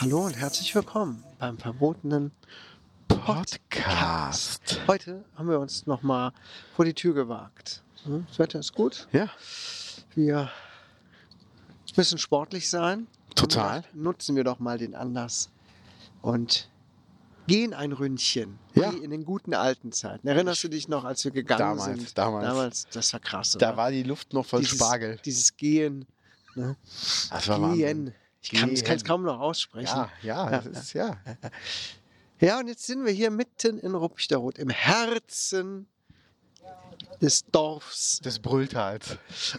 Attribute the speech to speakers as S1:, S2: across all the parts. S1: Hallo und herzlich willkommen beim verbotenen
S2: Podcast.
S1: Heute haben wir uns nochmal vor die Tür gewagt. Hm, Das Wetter ist gut.
S2: Ja,
S1: Wir müssen sportlich sein.
S2: Total.
S1: Und Nutzen wir doch mal den Anlass und gehen ein Ründchen.
S2: Ja.
S1: Wie in den guten alten Zeiten. Erinnerst du dich noch, als wir gegangen
S2: Damals,
S1: sind?
S2: damals.
S1: Damals, das war krass.
S2: da
S1: oder?
S2: war die Luft noch voll
S1: dieses,
S2: Spargel.
S1: Dieses Gehen. Ne?
S2: Das Wahnsinn.
S1: Gehen. Ich kann es
S2: Gehen.
S1: kaum noch aussprechen.
S2: Ja, ja, das ist ja.
S1: Ja, und jetzt sind wir hier mitten in Ruppichteroth, im Herzen des Dorfs
S2: Das brüllt halt.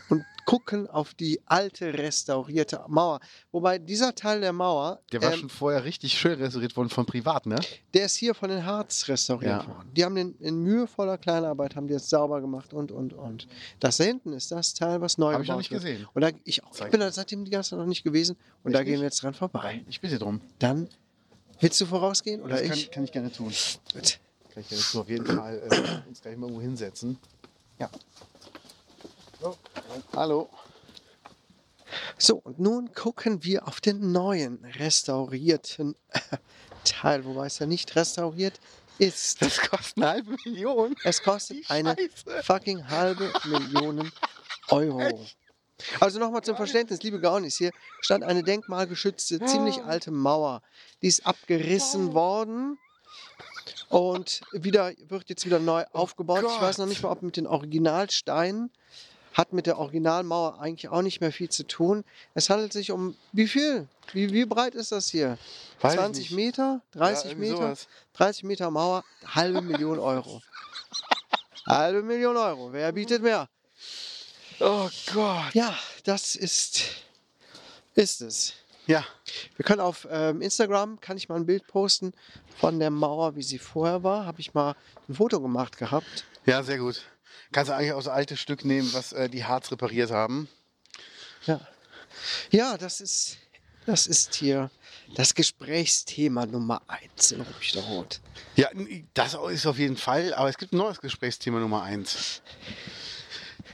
S1: und gucken auf die alte restaurierte Mauer. Wobei dieser Teil der Mauer,
S2: Der war
S1: ähm,
S2: schon vorher richtig schön restauriert worden von privat, ne?
S1: der ist hier von den Harz restauriert
S2: Ja.
S1: worden. Die haben den in mühevoller Kleinarbeit, haben die jetzt sauber gemacht und, und, und. Das da hinten ist das Teil, was neu
S2: Habe ich noch
S1: gebaut
S2: nicht
S1: wird.
S2: gesehen.
S1: Und da, ich, auch, ich
S2: Zeig
S1: bin da seitdem die ganze Zeit noch nicht gewesen und da
S2: Echt
S1: gehen
S2: nicht?
S1: wir jetzt dran vorbei.
S2: Ich bitte drum.
S1: Dann willst du vorausgehen oder
S2: das kann,
S1: ich?
S2: kann ich gerne tun.
S1: Gut.
S2: Kann ich gerne tun. Auf jeden Fall äh, uns gleich mal irgendwo hinsetzen. Ja. So. Hallo.
S1: So, und nun gucken wir auf den neuen restaurierten Teil, wobei es ja nicht restauriert ist.
S2: Das kostet eine halbe Million.
S1: Es kostet eine
S2: Scheiße.
S1: fucking halbe Million Euro. Also nochmal zum Verständnis, liebe Gaunis, hier stand eine denkmalgeschützte, ziemlich
S2: Ah.
S1: alte Mauer. Die ist abgerissen worden und wieder, wird jetzt wieder neu
S2: Oh
S1: aufgebaut. Ich weiß noch nicht mal, ob mit den Originalsteinen, hat mit der Originalmauer eigentlich auch nicht mehr viel zu tun. Es handelt sich um, wie viel? Wie, wie breit ist das hier?
S2: Weiß ich
S1: 20
S2: nicht.
S1: Meter?
S2: Ja,
S1: 30
S2: irgendwie
S1: Meter?
S2: sowas.
S1: 30 Meter Mauer, halbe Million Euro. halbe Million Euro. Wer bietet mehr?
S2: Oh Gott.
S1: Ja, das ist, ist es.
S2: Ja.
S1: Wir können auf ähm, Instagram, kann ich mal ein Bild posten von der Mauer, wie sie vorher war. Habe ich mal ein Foto gemacht gehabt.
S2: Ja, sehr gut. Kannst du eigentlich auch so altes Stück nehmen, was äh, die Harz repariert haben?
S1: Ja, ja das, ist, das ist hier das Gesprächsthema Nummer eins in Rupchterroth.
S2: Ja, n- das ist auf jeden Fall. Aber es gibt ein neues Gesprächsthema Nummer eins.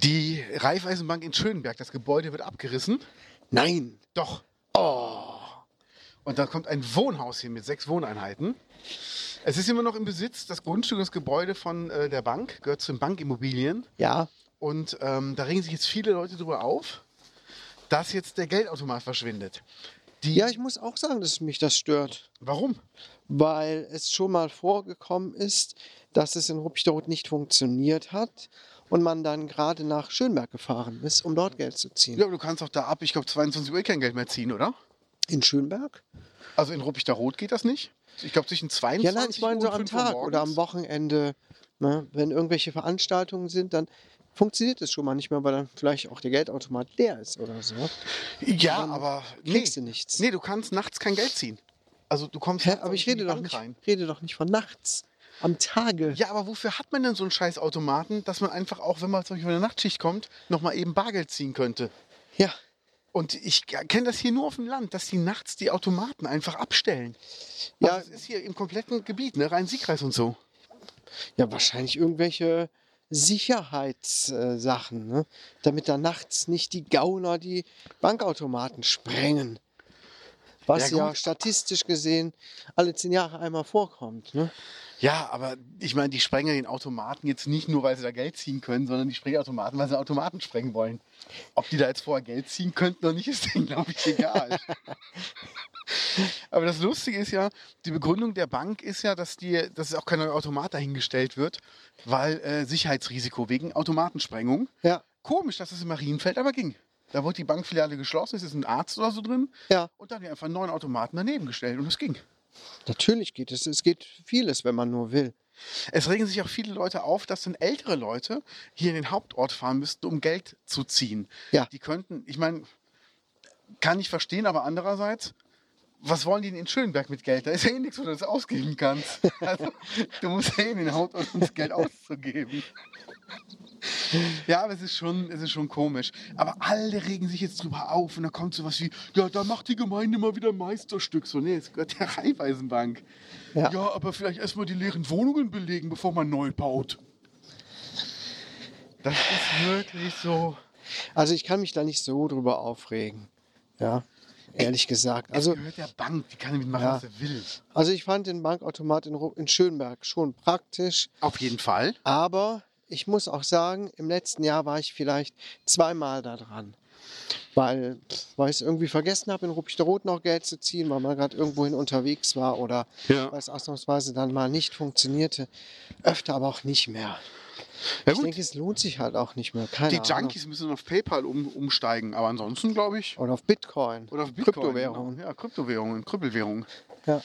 S2: Die Raiffeisenbank in Schönberg, das Gebäude wird abgerissen.
S1: Nein,
S2: Doch. Oh. Und dann kommt ein Wohnhaus hier mit sechs Wohneinheiten. Es ist immer noch im Besitz, das Grundstück, das Gebäude von äh, der Bank, gehört zu den Bankimmobilien.
S1: ja,
S2: Und ähm, da regen sich jetzt viele Leute drüber auf, dass jetzt der Geldautomat verschwindet. Die,
S1: ja, ich muss auch sagen, dass mich das stört.
S2: warum?
S1: weil es schon mal vorgekommen ist, dass es in Ruppichteroth nicht funktioniert hat und man dann gerade nach Schönberg gefahren ist, um dort Geld zu ziehen.
S2: Ja, aber du kannst doch da ab, ich glaube, 22 Uhr eh kein Geld mehr ziehen, oder?
S1: In Schönberg?
S2: Also in Ruppichter Rot geht das nicht. Ich glaube, zwischen 22
S1: Ja, nein, ich meine
S2: Um Uhr
S1: so
S2: und
S1: am
S2: 5 Uhr
S1: Tag oder am
S2: morgens.
S1: Wochenende, ne, wenn irgendwelche Veranstaltungen sind, dann funktioniert es schon mal nicht mehr, weil dann vielleicht auch der Geldautomat leer ist oder so.
S2: Ja,
S1: Dann
S2: aber. Nee.
S1: Kriegst du nichts.
S2: nee, du kannst nachts kein Geld ziehen. Also du kommst.
S1: Hä,
S2: nachts
S1: aber
S2: auch
S1: ich
S2: in die
S1: rede doch,
S2: Bank
S1: nicht,
S2: rein.
S1: rede doch nicht von nachts, am Tage.
S2: Ja, aber wofür hat man denn so einen scheiß Automaten, dass man einfach auch, wenn man zum Beispiel in der Nachtschicht kommt, nochmal eben Bargeld ziehen könnte?
S1: ja.
S2: Und ich kenne das hier nur auf dem Land, dass die nachts die Automaten einfach abstellen.
S1: Ja.
S2: Ja. Also das ist hier im kompletten Gebiet, ne? Rhein-Sieg-Kreis und so.
S1: Ja, wahrscheinlich irgendwelche Sicherheitssachen, ne? damit da nachts nicht die Gauner die Bankautomaten sprengen. Was
S2: Ja,
S1: ja,
S2: gut.
S1: statistisch gesehen alle zehn Jahre einmal vorkommt. Ne?
S2: Ja, aber ich meine, die sprengen den Automaten jetzt nicht nur, weil sie da Geld ziehen können, sondern die sprengen Automaten, weil sie Automaten sprengen wollen. Ob die da jetzt vorher Geld ziehen könnten oder nicht, ist denen, glaube ich, egal. aber das Lustige ist ja, die Begründung der Bank ist ja, dass, die, dass auch kein neuer Automat dahingestellt wird, weil äh, Sicherheitsrisiko wegen Automatensprengung.
S1: Ja,
S2: Komisch, dass es in Marienfeld aber ging. Da wurde die Bankfiliale geschlossen, es ist ein Arzt oder so drin
S1: ja,
S2: und dann haben die einfach einen neuen Automaten daneben gestellt und es ging.
S1: natürlich geht es. Es geht vieles, wenn man nur will.
S2: Es regen sich auch viele Leute auf, dass dann ältere Leute hier in den Hauptort fahren müssten, um Geld zu ziehen.
S1: Ja.
S2: Die könnten, ich meine, kann ich verstehen, aber andererseits, was wollen die denn in Schönberg mit Geld? Da ist ja eh nichts, wo du das ausgeben kannst. Also, du musst ja eh in den Hauptort, um das Geld auszugeben. Ja, aber es ist, schon, es ist schon komisch. Aber alle regen sich jetzt drüber auf und dann kommt sowas wie, ja, da macht die Gemeinde mal wieder ein Meisterstück. So, nee, es gehört der Raiffeisenbank.
S1: Ja.
S2: Ja, aber vielleicht erstmal die leeren Wohnungen belegen, bevor man neu baut. Das ist wirklich so.
S1: Also ich kann mich da nicht so drüber aufregen. Ja, ehrlich gesagt.
S2: Also
S1: Also,
S2: gehört der Bank, die kann damit machen,
S1: Ja.
S2: was sie will.
S1: also ich fand den Bankautomat in, Ru- in Schönberg schon praktisch,
S2: Auf jeden Fall.
S1: aber ich muss auch sagen, im letzten Jahr war ich vielleicht zweimal da dran. Weil, pff, weil ich es irgendwie vergessen habe, in Ruppichteroth noch Geld zu ziehen, weil man gerade irgendwohin unterwegs war oder
S2: Ja.
S1: weil es ausnahmsweise dann mal nicht funktionierte. Öfter aber auch nicht mehr.
S2: Ja,
S1: ich
S2: gut.
S1: denke, es lohnt sich halt auch nicht mehr. Keine
S2: Die
S1: Ahnung.
S2: Junkies müssen auf PayPal um, umsteigen, aber ansonsten glaube ich.
S1: Oder auf Bitcoin.
S2: Oder auf Bitcoin.
S1: Kryptowährungen.
S2: Genau. Ja, Kryptowährungen, Krüppelwährungen.
S1: Ja.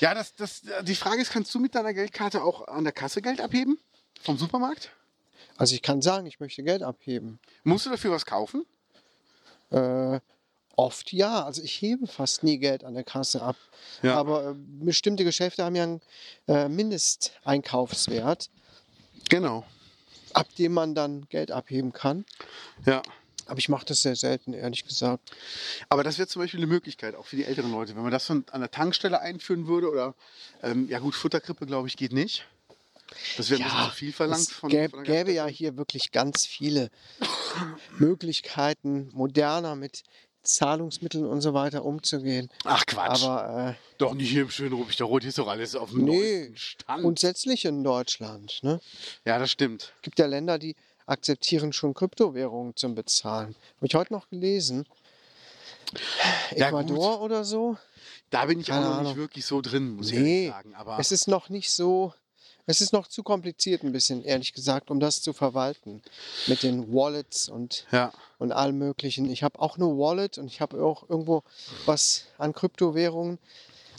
S2: Ja, das, das, die Frage ist, kannst du mit deiner Geldkarte auch an der Kasse Geld abheben? Vom Supermarkt?
S1: Also ich kann sagen, ich möchte Geld abheben.
S2: Musst du dafür was kaufen?
S1: Äh, oft ja. Also ich hebe fast nie Geld an der Kasse ab.
S2: Ja.
S1: Aber äh, bestimmte Geschäfte haben ja einen äh, Mindesteinkaufswert,
S2: Genau.
S1: ab dem man dann Geld abheben kann.
S2: Ja.
S1: Aber ich mache das sehr selten, ehrlich gesagt.
S2: Aber das wäre zum Beispiel eine Möglichkeit, auch für die älteren Leute. Wenn man das von, an der Tankstelle einführen würde oder, ähm, ja gut, Futterkrippe, glaube ich, geht nicht. Das wäre ein bisschen zu viel verlangt.
S1: es
S2: von-
S1: gäb,
S2: von der
S1: gäbe
S2: Gaststätte.
S1: ja hier wirklich ganz viele Möglichkeiten, moderner mit Zahlungsmitteln und so weiter umzugehen.
S2: Ach Quatsch,
S1: Aber äh,
S2: doch nicht hier im schönen Rubik der Rot, hier ist doch alles auf dem
S1: Nee.
S2: neuesten Stand.
S1: grundsätzlich in Deutschland. Ne?
S2: ja, das stimmt.
S1: Es gibt ja Länder, die akzeptieren schon Kryptowährungen zum Bezahlen. Habe ich heute noch gelesen.
S2: Ja,
S1: Ecuador oder so.
S2: Da bin ich auch
S1: Keine
S2: noch nicht
S1: Ahnung.
S2: wirklich so drin, muss ich
S1: Nee.
S2: ehrlich sagen. Aber
S1: Es ist noch nicht so. Es ist noch zu kompliziert, ein bisschen, ehrlich gesagt, um das zu verwalten. Mit den Wallets und,
S2: ja.
S1: und allem Möglichen. Ich habe auch eine Wallet und ich habe auch irgendwo was an Kryptowährungen.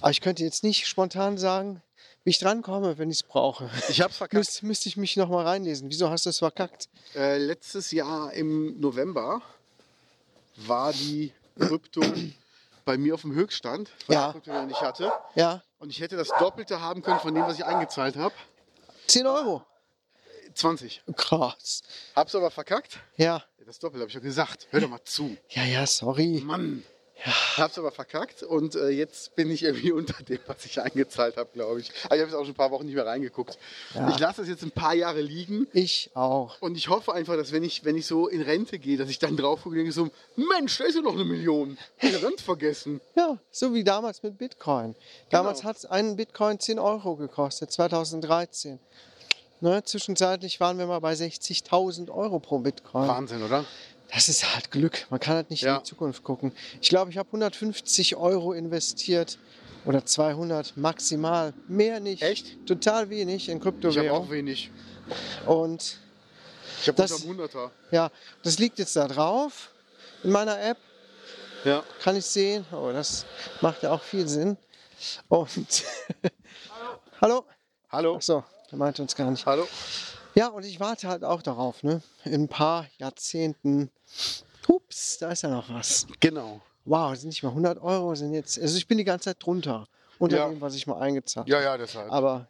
S1: Aber ich könnte jetzt nicht spontan sagen, wie ich drankomme, wenn ich es brauche.
S2: Ich hab's verkackt.
S1: Müsste müsste ich mich nochmal reinlesen. Wieso hast du es verkackt?
S2: Äh, letztes Jahr im November war die Krypto bei mir auf dem Höchststand, weil
S1: Ja.
S2: ich Krypto noch nicht hatte.
S1: Ja,
S2: Und ich hätte das Doppelte haben können von dem, was ich eingezahlt habe.
S1: 10 Euro.
S2: 20.
S1: Krass.
S2: Hab's aber verkackt.
S1: Ja,
S2: Das Doppelte habe ich doch gesagt. Hör doch mal zu.
S1: ja, ja, sorry.
S2: Mann. Hab's aber verkackt und äh, jetzt bin ich irgendwie unter dem, was ich eingezahlt habe, glaube ich. Aber ich habe jetzt auch schon ein paar Wochen nicht mehr reingeguckt.
S1: Ja.
S2: Ich lasse das jetzt ein paar Jahre liegen
S1: Ich auch.
S2: und ich hoffe einfach, dass wenn ich, wenn ich so in Rente gehe, dass ich dann drauf gucke und denke so, Mensch, da ist ja noch eine Million. Hab ich ja ganz vergessen.
S1: Ja, so wie damals mit Bitcoin.
S2: Genau.
S1: Damals hat es einen Bitcoin 10 Euro gekostet, 2013. Ne, zwischenzeitlich waren wir mal bei 60.000 Euro pro Bitcoin.
S2: Wahnsinn, oder?
S1: Das ist halt Glück. Man kann halt nicht
S2: Ja.
S1: in die Zukunft gucken. Ich glaube, ich habe 150 Euro investiert oder 200 maximal. Mehr nicht.
S2: Echt?
S1: Total wenig in
S2: Ich habe auch
S1: Kryptowährung.
S2: wenig.
S1: Und
S2: Ich habe
S1: Das-
S2: unter einem 100er.
S1: ja, das liegt jetzt da drauf in meiner App.
S2: Ja.
S1: kann ich sehen. Oh, das macht ja auch viel Sinn. Und hallo.
S2: Hallo?
S1: Ach so, er meinte uns gar nicht.
S2: Hallo?
S1: Ja, und ich warte halt auch darauf, ne? In ein paar Jahrzehnten. Ups, da ist ja noch was.
S2: Genau.
S1: Wow, sind nicht mal 100 Euro, sind jetzt. Also ich bin die ganze Zeit drunter unter
S2: Ja.
S1: dem, was ich mal eingezahlt.
S2: Ja, ja, deshalb.
S1: habe. Aber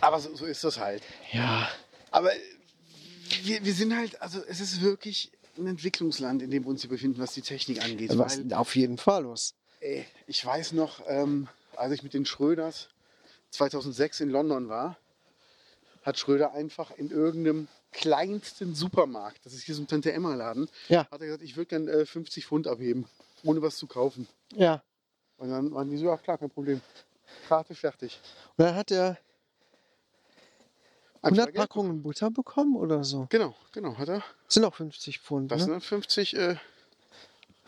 S2: Aber so, so ist das halt.
S1: ja,
S2: Aber wir, wir sind halt, also es ist wirklich ein Entwicklungsland, in dem wir uns hier befinden, was die Technik angeht.
S1: was
S2: Weil,
S1: auf jeden Fall los.
S2: ey, ich weiß noch, ähm, als ich mit den Schröders 2006 in London war, hat Schröder einfach in irgendeinem kleinsten Supermarkt, das ist hier so ein Tante-Emma-Laden,
S1: Ja.
S2: hat er gesagt, ich würde gern äh, 50 Pfund abheben, ohne was zu kaufen.
S1: Ja.
S2: Und dann waren die so, ja klar, kein Problem. Karte fertig.
S1: Und dann hat er
S2: Ein
S1: 100
S2: Bargeld?
S1: Packungen Butter bekommen oder so.
S2: Genau, genau, hat er.
S1: Das sind auch 50 Pfund.
S2: Das
S1: ne?
S2: sind 50, äh,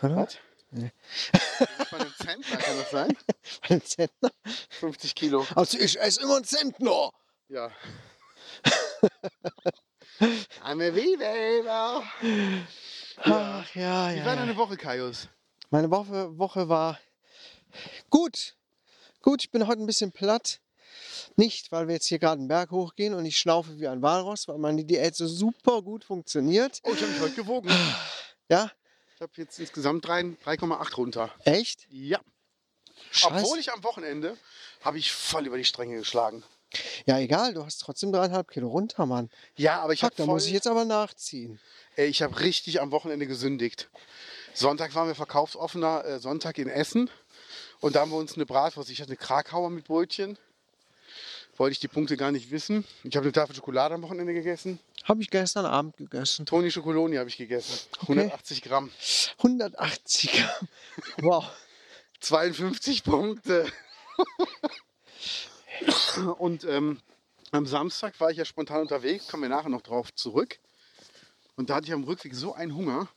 S1: Oder?
S2: was? Bei einem Zentner kann das sein?
S1: Ein Zentner?
S2: 50 Kilo.
S1: Also ich esse immer einen Zentner.
S2: Ja. I'm a wee baby. Ja.
S1: Ach ja,
S2: Wie
S1: ja. ja.
S2: war deine Woche, Kaius?
S1: Meine Woche, Woche war gut. Gut, ich bin heute ein bisschen platt. Nicht, weil wir jetzt hier gerade einen Berg hochgehen und ich schnaufe wie ein Walross, weil meine Diät so super gut funktioniert.
S2: Oh, ich habe mich heute gewogen.
S1: Ja,
S2: Ich habe jetzt insgesamt drei- 3,8 runter.
S1: echt?
S2: Ja. Obwohl
S1: Scheiße.
S2: ich am Wochenende habe ich voll über die Stränge geschlagen.
S1: Ja, egal, du hast trotzdem dreieinhalb Kilo runter, Mann.
S2: Ja, aber ich habe
S1: Fuck, da muss ich jetzt aber nachziehen.
S2: Ey, ich habe richtig am Wochenende gesündigt. Sonntag waren wir verkaufsoffener äh, Sonntag in Essen. Und da haben wir uns eine Bratwurst. Ich hatte eine Krakauer mit Brötchen. Wollte ich die Punkte gar nicht wissen. Ich habe eine Tafel Schokolade am Wochenende gegessen.
S1: Habe ich gestern Abend gegessen.
S2: Toni Schokoloni habe ich gegessen. 180 Gramm.
S1: 180 Gramm. Wow.
S2: 52 Punkte. Und ähm, am Samstag war ich ja spontan unterwegs, kommen wir nachher noch drauf zurück. Und da hatte ich am Rückweg so einen Hunger,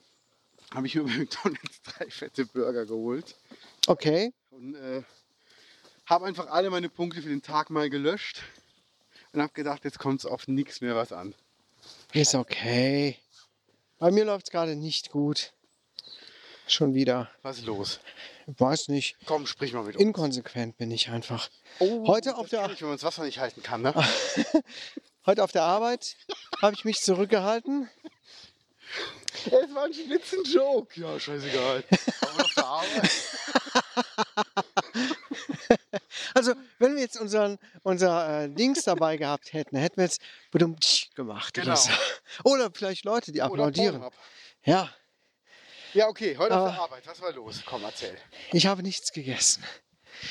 S2: habe ich mir bei McDonalds drei fette Burger geholt.
S1: Okay.
S2: Und äh, habe einfach alle meine Punkte für den Tag mal gelöscht. Und habe gedacht, jetzt kommt es auf nichts mehr was an.
S1: Ist okay. Bei mir läuft es gerade nicht gut. Schon wieder.
S2: Was ist los?
S1: Weiß nicht.
S2: Komm, sprich mal mit uns.
S1: Inkonsequent bin ich einfach.
S2: Oh,
S1: Heute
S2: das
S1: auf der-
S2: kann Ich, wenn man das Wasser nicht halten kann, ne?
S1: Heute auf der Arbeit habe ich mich zurückgehalten.
S2: Es war ein Schnitzen-Joke. Ja, scheißegal. Aber auf der Arbeit.
S1: Also, wenn wir jetzt unseren, unser äh, Dings dabei gehabt hätten, hätten wir jetzt budum tsch gemacht. Oder,
S2: Genau.
S1: so. oder vielleicht Leute, die
S2: Oder
S1: applaudieren.
S2: Pornhub.
S1: Ja,
S2: Ja, okay, heute auf der
S1: Aber-
S2: Arbeit. Was war los? Komm, erzähl.
S1: ich habe nichts gegessen.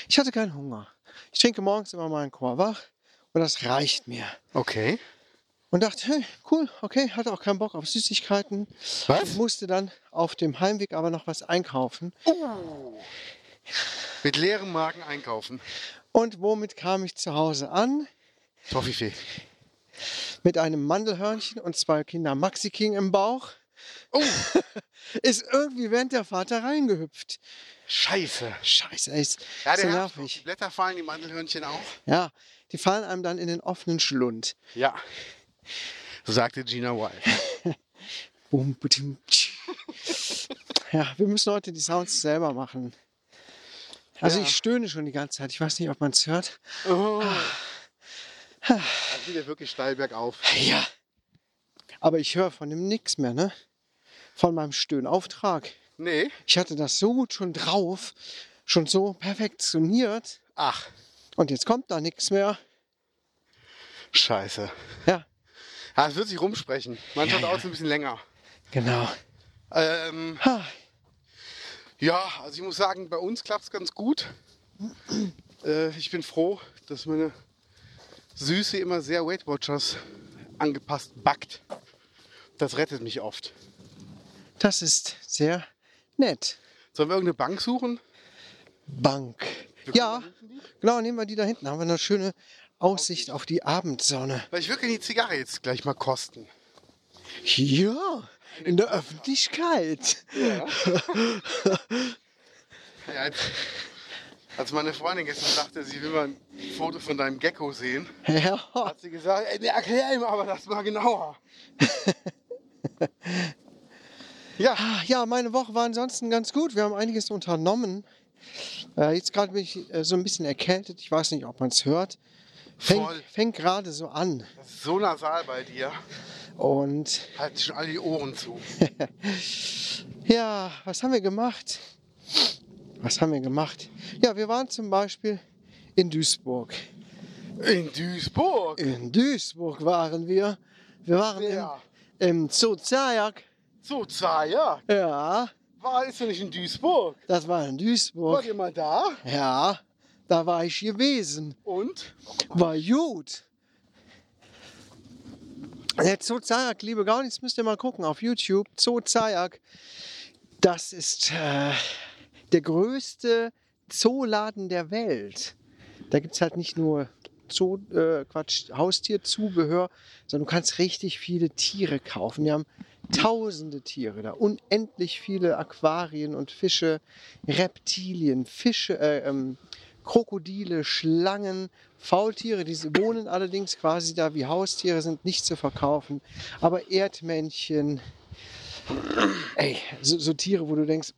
S1: Ich hatte keinen Hunger. Ich trinke morgens immer mal einen Korwach und das reicht mir.
S2: Okay.
S1: und dachte, hey, cool, okay, hatte auch keinen Bock auf Süßigkeiten.
S2: Was?
S1: Musste dann auf dem Heimweg aber noch was einkaufen.
S2: Mit leerem Magen einkaufen.
S1: Und womit kam ich zu Hause an?
S2: Toffifee.
S1: Mit einem Mandelhörnchen und zwei Kinder Maxi King im Bauch.
S2: Oh.
S1: Ist irgendwie während der Fahrt da reingehüpft.
S2: Scheiße.
S1: Scheiße, ey, ist
S2: Ja,
S1: so
S2: der Herbst, die
S1: nervig.
S2: Blätter fallen, die Mandelhörnchen auch.
S1: Ja, die fallen einem dann in den offenen Schlund.
S2: Ja. Sagte Gina Wild.
S1: Bum, budim, tsch. ja, wir müssen heute die Sounds selber machen. Also
S2: Ja.
S1: ich stöhne schon die ganze Zeit. Ich weiß nicht, ob man es hört.
S2: Oh. Da geht ja wirklich steil bergauf.
S1: Ja. Aber ich höre von dem nichts mehr, ne? Von meinem Stöhnauftrag.
S2: Nee.
S1: Ich hatte das so gut schon drauf, schon so perfektioniert
S2: Ach,
S1: und jetzt kommt da nichts mehr.
S2: scheiße.
S1: Ja,
S2: Ja, es wird sich rumsprechen. Manchmal
S1: Ja,
S2: dauert es ein bisschen länger.
S1: genau.
S2: Ähm,
S1: Ha,
S2: Ja, also ich muss sagen, bei uns klappt es ganz gut. Äh, ich bin froh, dass meine Süße immer sehr Weight Watchers angepasst backt. Das rettet mich oft.
S1: das ist sehr nett.
S2: Sollen wir irgendeine Bank suchen?
S1: Bank. Ja, genau, nehmen wir die da hinten. Haben wir eine schöne Aussicht auf die Abendsonne.
S2: Weil ich würde gerne die Zigarre jetzt gleich mal kosten.
S1: Ja, in der Öffentlichkeit.
S2: Ja, als, als meine Freundin gestern sagte, sie will mal ein Foto von deinem Gecko sehen,
S1: Ja,
S2: hat sie gesagt, "Ey, nee, erklär ihm aber das mal genauer. ja,
S1: Ah, Ja, meine Woche war ansonsten ganz gut. Wir haben einiges unternommen. Äh, jetzt gerade bin ich äh, so ein bisschen erkältet. Ich weiß nicht, ob man es hört. Fängt,
S2: Voll.
S1: fängt gerade so an.
S2: das ist so nasal bei dir.
S1: Und
S2: Halt schon alle die Ohren zu.
S1: ja, was haben wir gemacht? Was haben wir gemacht? Ja, wir waren zum Beispiel in Duisburg.
S2: In Duisburg?
S1: In Duisburg waren wir. Wir waren
S2: Ja.
S1: im, im Zoo Zajak.
S2: So, zwei, ja.
S1: Ja,
S2: War ist doch nicht in Duisburg.
S1: das war in
S2: Wart
S1: Duisburg.
S2: ihr mal da?
S1: Ja, da war ich gewesen.
S2: Und?
S1: War gut. Der Zoo Zayak, liebe Gaunis, müsst ihr mal gucken auf YouTube. Zoo Zayak, das ist äh, der größte Zooladen der Welt. Da gibt es halt nicht nur Zoo, äh, Quatsch, Haustierzubehör, sondern du kannst richtig viele Tiere kaufen. Die haben tausende Tiere da, unendlich viele Aquarien und Fische, Reptilien, Fische, äh, ähm, Krokodile, Schlangen, Faultiere, die wohnen allerdings quasi da wie Haustiere, sind nicht zu verkaufen. Aber Erdmännchen, ey, so, so Tiere, wo du denkst,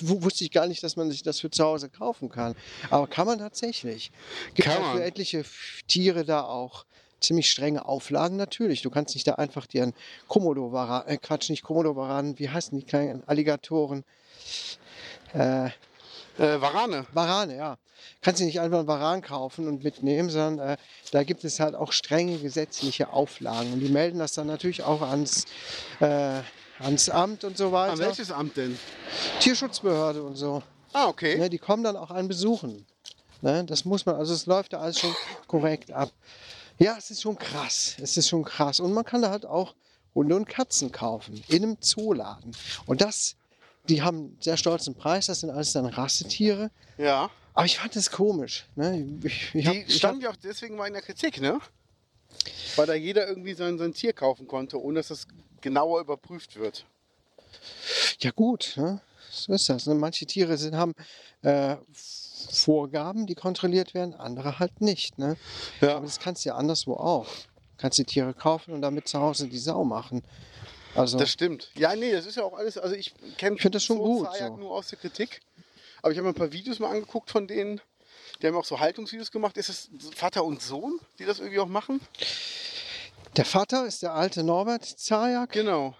S1: wo, wusste ich gar nicht, dass man sich das für zu Hause kaufen kann. Aber kann man tatsächlich. Gibt
S2: Kann
S1: halt für
S2: man.
S1: etliche F- Tiere da auch ziemlich strenge Auflagen natürlich. Du kannst nicht da einfach dir einen Komodowaran, äh, Quatsch, nicht Komodowaran, wie heißen die kleinen Alligatoren? Äh,
S2: Äh, Warane.
S1: Warane, ja. Kannst du nicht einfach einen Waran kaufen und mitnehmen, sondern äh, da gibt es halt auch strenge gesetzliche Auflagen. Und die melden das dann natürlich auch ans, äh, ans Amt und so
S2: An
S1: weiter.
S2: welches Amt denn?
S1: Tierschutzbehörde und so.
S2: Ah, okay.
S1: Ne, die kommen dann auch einen besuchen. Ne, das muss man, also es läuft da alles schon korrekt ab. Ja, es ist schon krass. Es ist schon krass. Und man kann da halt auch Hunde und Katzen kaufen in einem Zooladen. Und das, die haben einen sehr stolzen Preis. Das sind alles dann Rassetiere.
S2: Ja.
S1: Aber ich fand das komisch. Ne? Ich, ich hab,
S2: Die
S1: ich hab,
S2: standen ja auch deswegen mal in der Kritik, ne? Weil da jeder irgendwie sein, sein Tier kaufen konnte, ohne dass das genauer überprüft wird.
S1: ja gut, ne? so ist das. Ne? Manche Tiere sind, haben äh, Vorgaben, die kontrolliert werden, andere halt nicht. Ne?
S2: Ja.
S1: Aber das kannst du ja anderswo auch. Kannst die Tiere kaufen und damit zu Hause die Sau machen. Also,
S2: Das stimmt. Ja, nee, das ist ja auch alles. Also ich kenne
S1: Ich find das schon gut, so.
S2: nur aus der Kritik. Aber ich habe mir ein paar Videos mal angeguckt von denen. Die haben auch so Haltungsvideos gemacht. Ist das Vater und Sohn, die das irgendwie auch machen?
S1: der Vater ist der alte Norbert Zajak
S2: Genau.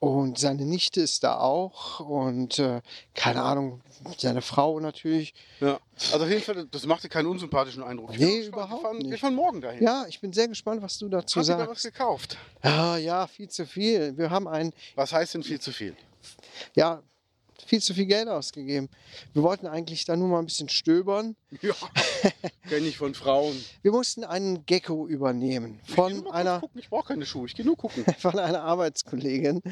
S1: und seine Nichte ist da auch und äh, keine Ahnung, seine Frau natürlich.
S2: Ja. Also auf jeden Fall, das machte keinen unsympathischen Eindruck. Ich
S1: Nee,
S2: bin gespannt.
S1: überhaupt
S2: wir fahren, Wir
S1: nicht.
S2: fahren morgen dahin.
S1: Ja, ich bin sehr gespannt, was du dazu
S2: Hast du da was
S1: sagst.
S2: gekauft?
S1: Ah, ja, viel zu viel. Wir haben einen
S2: Was heißt denn viel zu viel?
S1: ja, viel zu viel Geld ausgegeben. Wir wollten eigentlich da nur mal ein bisschen stöbern.
S2: Ja. Kenne ich von Frauen.
S1: Wir mussten einen Gecko übernehmen
S2: Ich geh nur
S1: von
S2: mal kurz
S1: einer,
S2: Gucken. Ich brauche keine Schuhe, ich gehe nur gucken.
S1: von einer Arbeitskollegin.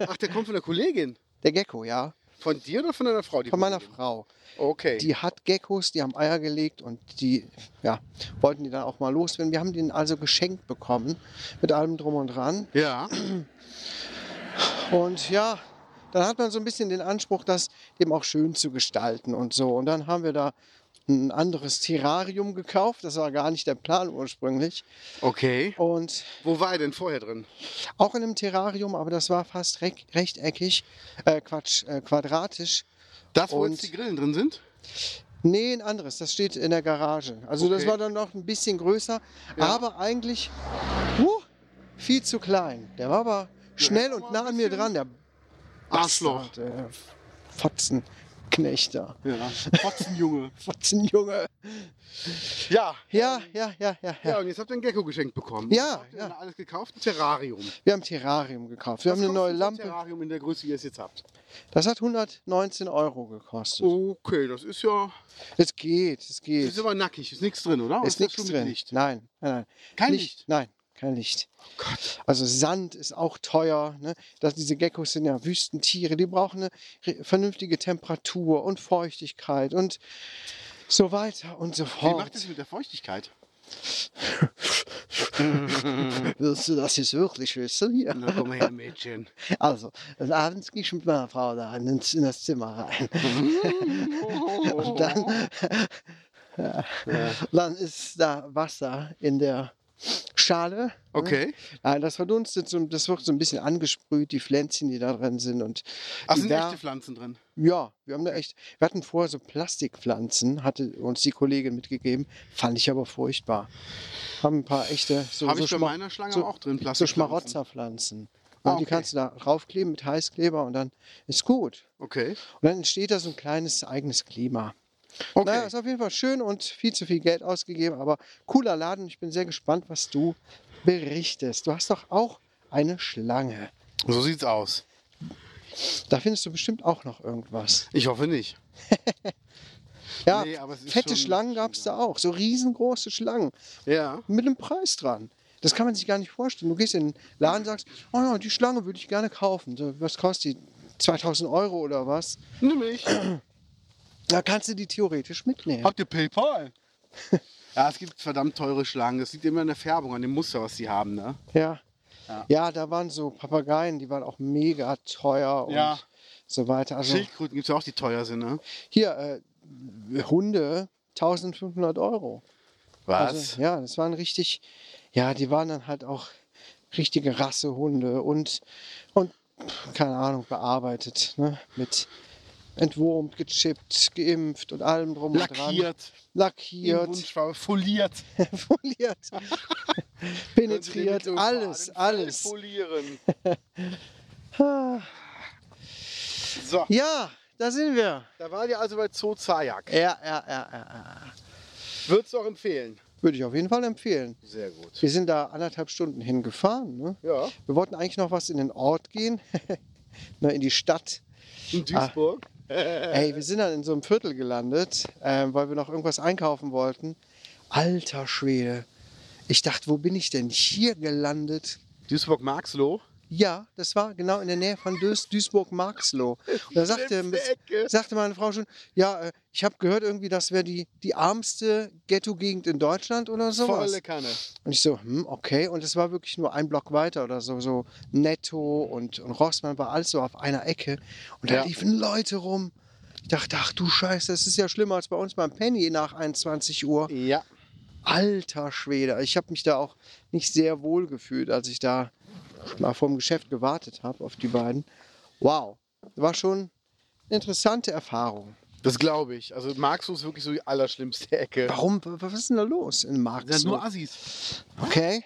S2: Ach, der kommt von der Kollegin.
S1: Der Gecko, ja,
S2: Von dir oder von deiner Frau? die
S1: von meiner
S2: Kollegin?
S1: Frau.
S2: Okay.
S1: Die hat Geckos, die haben Eier gelegt und die ja, wollten die dann auch mal loswerden. Wir haben den also geschenkt bekommen mit allem drum und dran.
S2: ja.
S1: Und ja, dann hat man so ein bisschen den Anspruch, das dem auch schön zu gestalten und so. Und dann haben wir da ein anderes Terrarium gekauft. Das war gar nicht der Plan ursprünglich.
S2: Okay.
S1: Und
S2: Wo war er denn vorher drin?
S1: auch in einem Terrarium, aber das war fast reck- rechteckig, äh, Quatsch, äh, quadratisch.
S2: Das, wo
S1: Und-
S2: jetzt die Grillen drin sind?
S1: Nee, ein anderes, das steht in der Garage. Also das
S2: Okay.
S1: war dann noch ein bisschen größer,
S2: Ja.
S1: aber eigentlich huh, viel zu klein. Der war aber schnell
S2: aber
S1: und
S2: ein
S1: nah an mir
S2: bisschen
S1: dran, der
S2: Arschloch.
S1: Bastard, äh, Fotzenknechter,
S2: Ja. Trotzdem, Junge.
S1: Fotzenjunge.
S2: Ja.
S1: Ja, ja, ja, ja, ja.
S2: Ja, und jetzt habt ihr einen Gecko geschenkt bekommen.
S1: Ja,
S2: Was habt ihr
S1: ja.
S2: denn Alles gekauft? Ein Terrarium.
S1: Wir haben ein Terrarium gekauft, wir haben eine
S2: kostet
S1: neue
S2: so ein
S1: Lampe.
S2: Terrarium in der Größe, wie ihr es jetzt habt.
S1: Das hat 119 Euro gekostet.
S2: Oh. Okay, das ist ja.
S1: Es geht, es
S2: Das
S1: geht.
S2: ist aber nackig. Genau, Ist nichts drin, oder? Oder
S1: Ist
S2: das
S1: nichts
S2: schon mit
S1: drin.
S2: Licht?
S1: Nein, nein, nein.
S2: Kein Licht.
S1: Nein, kein Licht.
S2: Oh Gott.
S1: Also Sand ist auch teuer. Ne? Das, diese Geckos sind ja Wüstentiere. Die brauchen eine re- vernünftige Temperatur und Feuchtigkeit und so weiter und so
S2: Wie macht
S1: fort.
S2: es mit der Feuchtigkeit?
S1: Mhm. Willst du das jetzt wirklich wissen? Ja.
S2: Na, komm mal her, Mädchen.
S1: Also, abends gehe ich mit meiner Frau da in, ins- in das Zimmer rein.
S2: Oh.
S1: Und dann, dann ist da Wasser in der Schale. ne?
S2: Okay.
S1: Ah, das verdunstet, so, das wird so ein bisschen angesprüht, die Pflänzchen, die da drin sind. Und
S2: Ach,
S1: die
S2: sind
S1: Wer-
S2: echte Pflanzen drin?
S1: Ja, wir haben da echt, wir hatten vorher so Plastikpflanzen, hatte uns die Kollegin mitgegeben, fand ich aber furchtbar. Haben ein paar echte, so,
S2: Habe
S1: so,
S2: ich bei
S1: Schma-
S2: meiner Schlange
S1: so-
S2: auch drin.
S1: so
S2: Plastikpflanzen.
S1: Schmarotzerpflanzen.
S2: Ah,
S1: Und Die
S2: okay.
S1: kannst du da raufkleben mit Heißkleber und dann ist gut.
S2: Okay.
S1: Und dann entsteht da so ein kleines eigenes Klima.
S2: Okay.
S1: Naja, ist auf jeden Fall schön und viel zu viel Geld ausgegeben, aber cooler Laden. Ich bin sehr gespannt, was du berichtest. Du hast doch auch eine Schlange.
S2: so sieht's aus.
S1: Da findest du bestimmt auch noch irgendwas.
S2: Ich hoffe nicht.
S1: Ja,
S2: Nee, aber es ist
S1: fette
S2: schon-
S1: Schlangen gab es da auch. So riesengroße Schlangen
S2: Ja.
S1: mit einem Preis dran. Das kann man sich gar nicht vorstellen. Du gehst in den Laden und sagst, oh ja, die Schlange würde ich gerne kaufen. So, Was kostet die? 2000 Euro oder was?
S2: Nämlich.
S1: Da kannst du die theoretisch mitnehmen.
S2: Habt ihr PayPal? ja, es gibt verdammt teure Schlangen. Das liegt immer an der Färbung, an dem Muster, was die haben, ne?
S1: Ja.
S2: Ja.
S1: ja. da waren so Papageien, die waren auch mega teuer und
S2: Ja.
S1: so weiter. Also
S2: Schildkröten gibt es ja auch, die teuer sind, ne?
S1: hier, äh, Hunde, 1500 Euro. Also, ja, das waren richtig, ja, die waren dann halt auch richtige Rassehunde und, und pff, keine Ahnung, bearbeitet, ne? Mit entwurmt, gechippt, geimpft und allem drum und dran.
S2: Lackiert, in
S1: Lackiert,
S2: Wunschfarbe, foliert,
S1: foliert, penetriert, alles, alles.
S2: Folieren.
S1: Ah.
S2: So,
S1: Ja, da sind wir.
S2: da war ihr also bei Zoo Zayak.
S1: Ja, ja, ja, ja, ja.
S2: Würdest du auch empfehlen?
S1: Würde ich auf jeden Fall empfehlen.
S2: Sehr gut.
S1: Wir sind da anderthalb Stunden hingefahren. Ne?
S2: Ja,
S1: Wir wollten eigentlich noch was in den Ort gehen, ne, in die Stadt.
S2: in Duisburg.
S1: Ey, wir sind dann in so einem Viertel gelandet, ähm, weil wir noch irgendwas einkaufen wollten. Alter Schwede. Ich dachte, wo bin ich denn hier gelandet?
S2: Duisburg-Marxloh.
S1: Ja, das war genau in der Nähe von Duis Duisburg-Marxloh. Und da sagte,
S2: Letzte Ecke.
S1: sagte meine Frau schon, ja, äh, ich habe gehört irgendwie, das wäre die, die armste Ghetto-Gegend in Deutschland oder sowas.
S2: Volle Kanne.
S1: Und ich so, hm, okay. Und es war wirklich nur ein Block weiter oder so. So Netto und, und Rossmann war alles so auf einer Ecke. Und da
S2: Ja.
S1: liefen Leute rum. Ich dachte, ach du Scheiße, das ist ja schlimmer als bei uns beim Penny nach 21 Uhr.
S2: Ja.
S1: Alter Schwede, Also ich habe mich da auch nicht sehr wohl gefühlt, als ich da mal vorm Geschäft gewartet habe auf die beiden. Wow, war schon eine interessante Erfahrung.
S2: Das glaube ich. Also Marxloh ist wirklich so die allerschlimmste Ecke.
S1: Warum, was ist denn da los in
S2: Das sind
S1: Marxloh?
S2: nur Assis.
S1: Okay,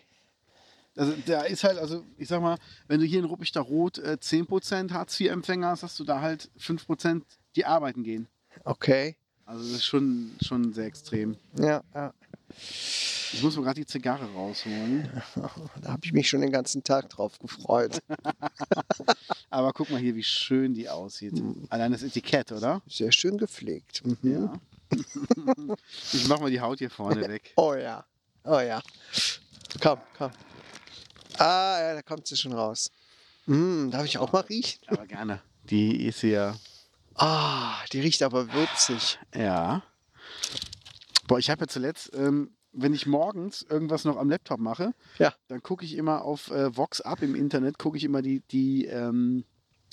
S2: Also da ist halt, also ich sag mal, wenn du hier in Ruppig da Rot äh, 10% Hartz-IV-Empfänger hast, hast du da halt 5%, die arbeiten gehen.
S1: okay,
S2: Also das ist schon, schon sehr extrem.
S1: ja, ja.
S2: Ich muss mir gerade die Zigarre rausholen.
S1: Da habe ich mich schon den ganzen Tag drauf gefreut.
S2: Aber guck mal hier, wie schön die aussieht. Allein das Etikett, oder?
S1: Sehr schön gepflegt. Mhm.
S2: Mhm. Ja. ich mach mal die Haut hier vorne weg.
S1: Oh ja, oh ja. Komm, komm. Ah, ja, da kommt sie schon raus. Mm, darf ich auch mal riechen?
S2: Aber gerne. Die ist hier.
S1: Ah, die riecht aber würzig.
S2: Ja. Boah, ich habe ja zuletzt, ähm, wenn ich morgens irgendwas noch am Laptop mache,
S1: Ja.
S2: dann gucke ich immer auf äh, Vox Up im Internet, gucke ich immer die, die ähm,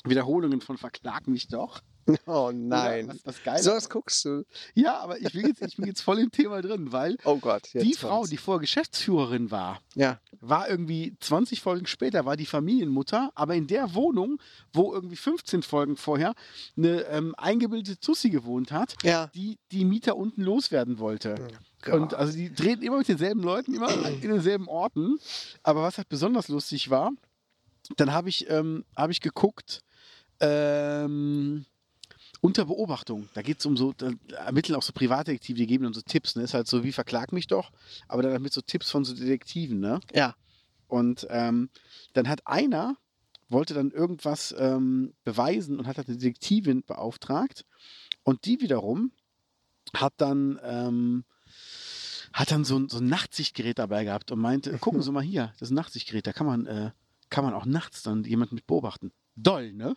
S2: Wiederholungen von Verklag mich doch.
S1: Oh
S2: Oder
S1: nein.
S2: Was, was geil.
S1: So was guckst du.
S2: Ja, aber ich, will jetzt, ich bin jetzt voll im Thema drin, weil
S1: Oh Gott. Jetzt
S2: die Frau,
S1: kommt's.
S2: die vorher Geschäftsführerin war,
S1: Ja.
S2: war irgendwie 20 Folgen später, war die Familienmutter, aber in der Wohnung, wo irgendwie 15 Folgen vorher eine ähm, eingebildete Tussi gewohnt hat,
S1: Ja.
S2: die die Mieter unten loswerden wollte. Und also die drehen immer mit denselben Leuten, immer in denselben Orten. Aber was halt besonders lustig war, dann habe ich, ähm, hab ich geguckt, ähm, unter Beobachtung. Da geht es um so, da ermitteln auch so Privatdetektive, die geben dann so Tipps. Ne? Ist halt so, wie verklag mich doch, aber dann mit so Tipps von so Detektiven. Ne?
S1: Ja.
S2: Und ähm, dann hat einer, wollte dann irgendwas ähm, beweisen und hat halt eine Detektivin beauftragt. Und die wiederum hat dann, ähm, hat dann so, ein- so ein Nachtsichtgerät dabei gehabt und meinte, gucken Sie mal hier, das ist ein Nachtsichtgerät, da kann man, äh, kann man auch nachts dann jemanden mit beobachten. Doll, ne?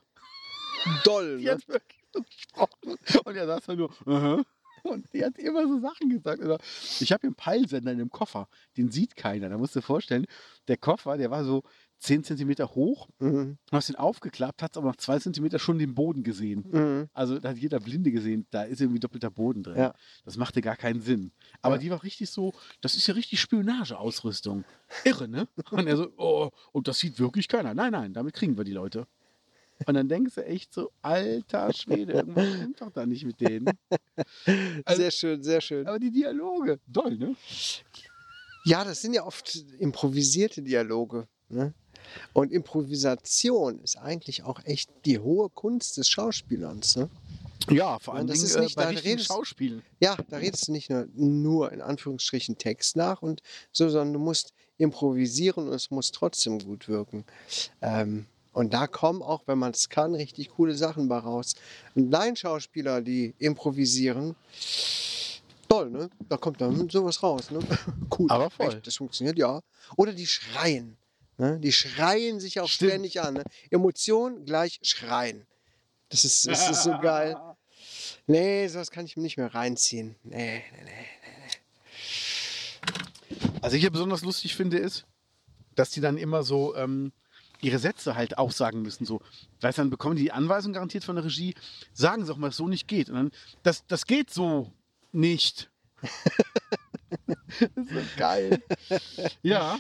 S1: Doll,
S2: Die
S1: ne?
S2: hat wirklich so gesprochen. Und er saß da nur, "Aha." und die hat immer so Sachen gesagt. Oder ich habe hier einen Peilsender in dem Koffer, den sieht keiner. Da musst du dir vorstellen, der Koffer, der war so 10 Zentimeter hoch,
S1: Mhm.
S2: Du hast ihn aufgeklappt, hat aber nach 2 Zentimeter schon den Boden gesehen.
S1: Mhm.
S2: Also da hat jeder Blinde gesehen, da ist irgendwie doppelter Boden drin.
S1: Ja.
S2: Das machte gar keinen Sinn. Aber
S1: Ja.
S2: die war richtig so, das ist ja richtig Spionageausrüstung. Irre, ne? Und er so, oh, und das sieht wirklich keiner. Nein, nein, damit kriegen wir die Leute. Und dann denkst du echt so, alter Schwede, irgendwas stimmt doch da nicht mit denen. Also-
S1: Sehr schön, sehr schön.
S2: Aber die Dialoge, doll, ne?
S1: Ja, das sind ja oft improvisierte Dialoge. Ne? Und Improvisation ist eigentlich auch echt die hohe Kunst des Schauspielerns. Ne?
S2: Ja, vor
S1: Nein,
S2: allem
S1: das ist nicht
S2: bei
S1: deine
S2: richtigen
S1: Rede.
S2: Schauspielen.
S1: Ja, da redest du nicht nur, nur in Anführungsstrichen Text nach und so, sondern du musst improvisieren und es muss trotzdem gut wirken. Ähm, und da kommen auch, wenn man es kann, richtig coole Sachen bei raus. Und Laienschauspieler, die improvisieren, Toll, ne? Da kommt dann sowas raus, ne? Cool.
S2: Aber voll.
S1: Echt, das funktioniert, ja. Oder die schreien. Ne? Die schreien sich auch
S2: Stimmt.
S1: ständig an. Ne? Emotion gleich schreien. Das ist, das ist so geil. Nee, sowas kann ich mir nicht mehr reinziehen. Nee, nee, nee.
S2: Was ich Also, hier besonders lustig finde, ist, dass die dann immer so ähm, ihre Sätze halt auch sagen müssen. So, weißt du, dann bekommen die die Anweisung garantiert von der Regie, sagen sie doch mal, dass es so nicht geht. Und dann, das, das geht so nicht. das ist so geil. ja.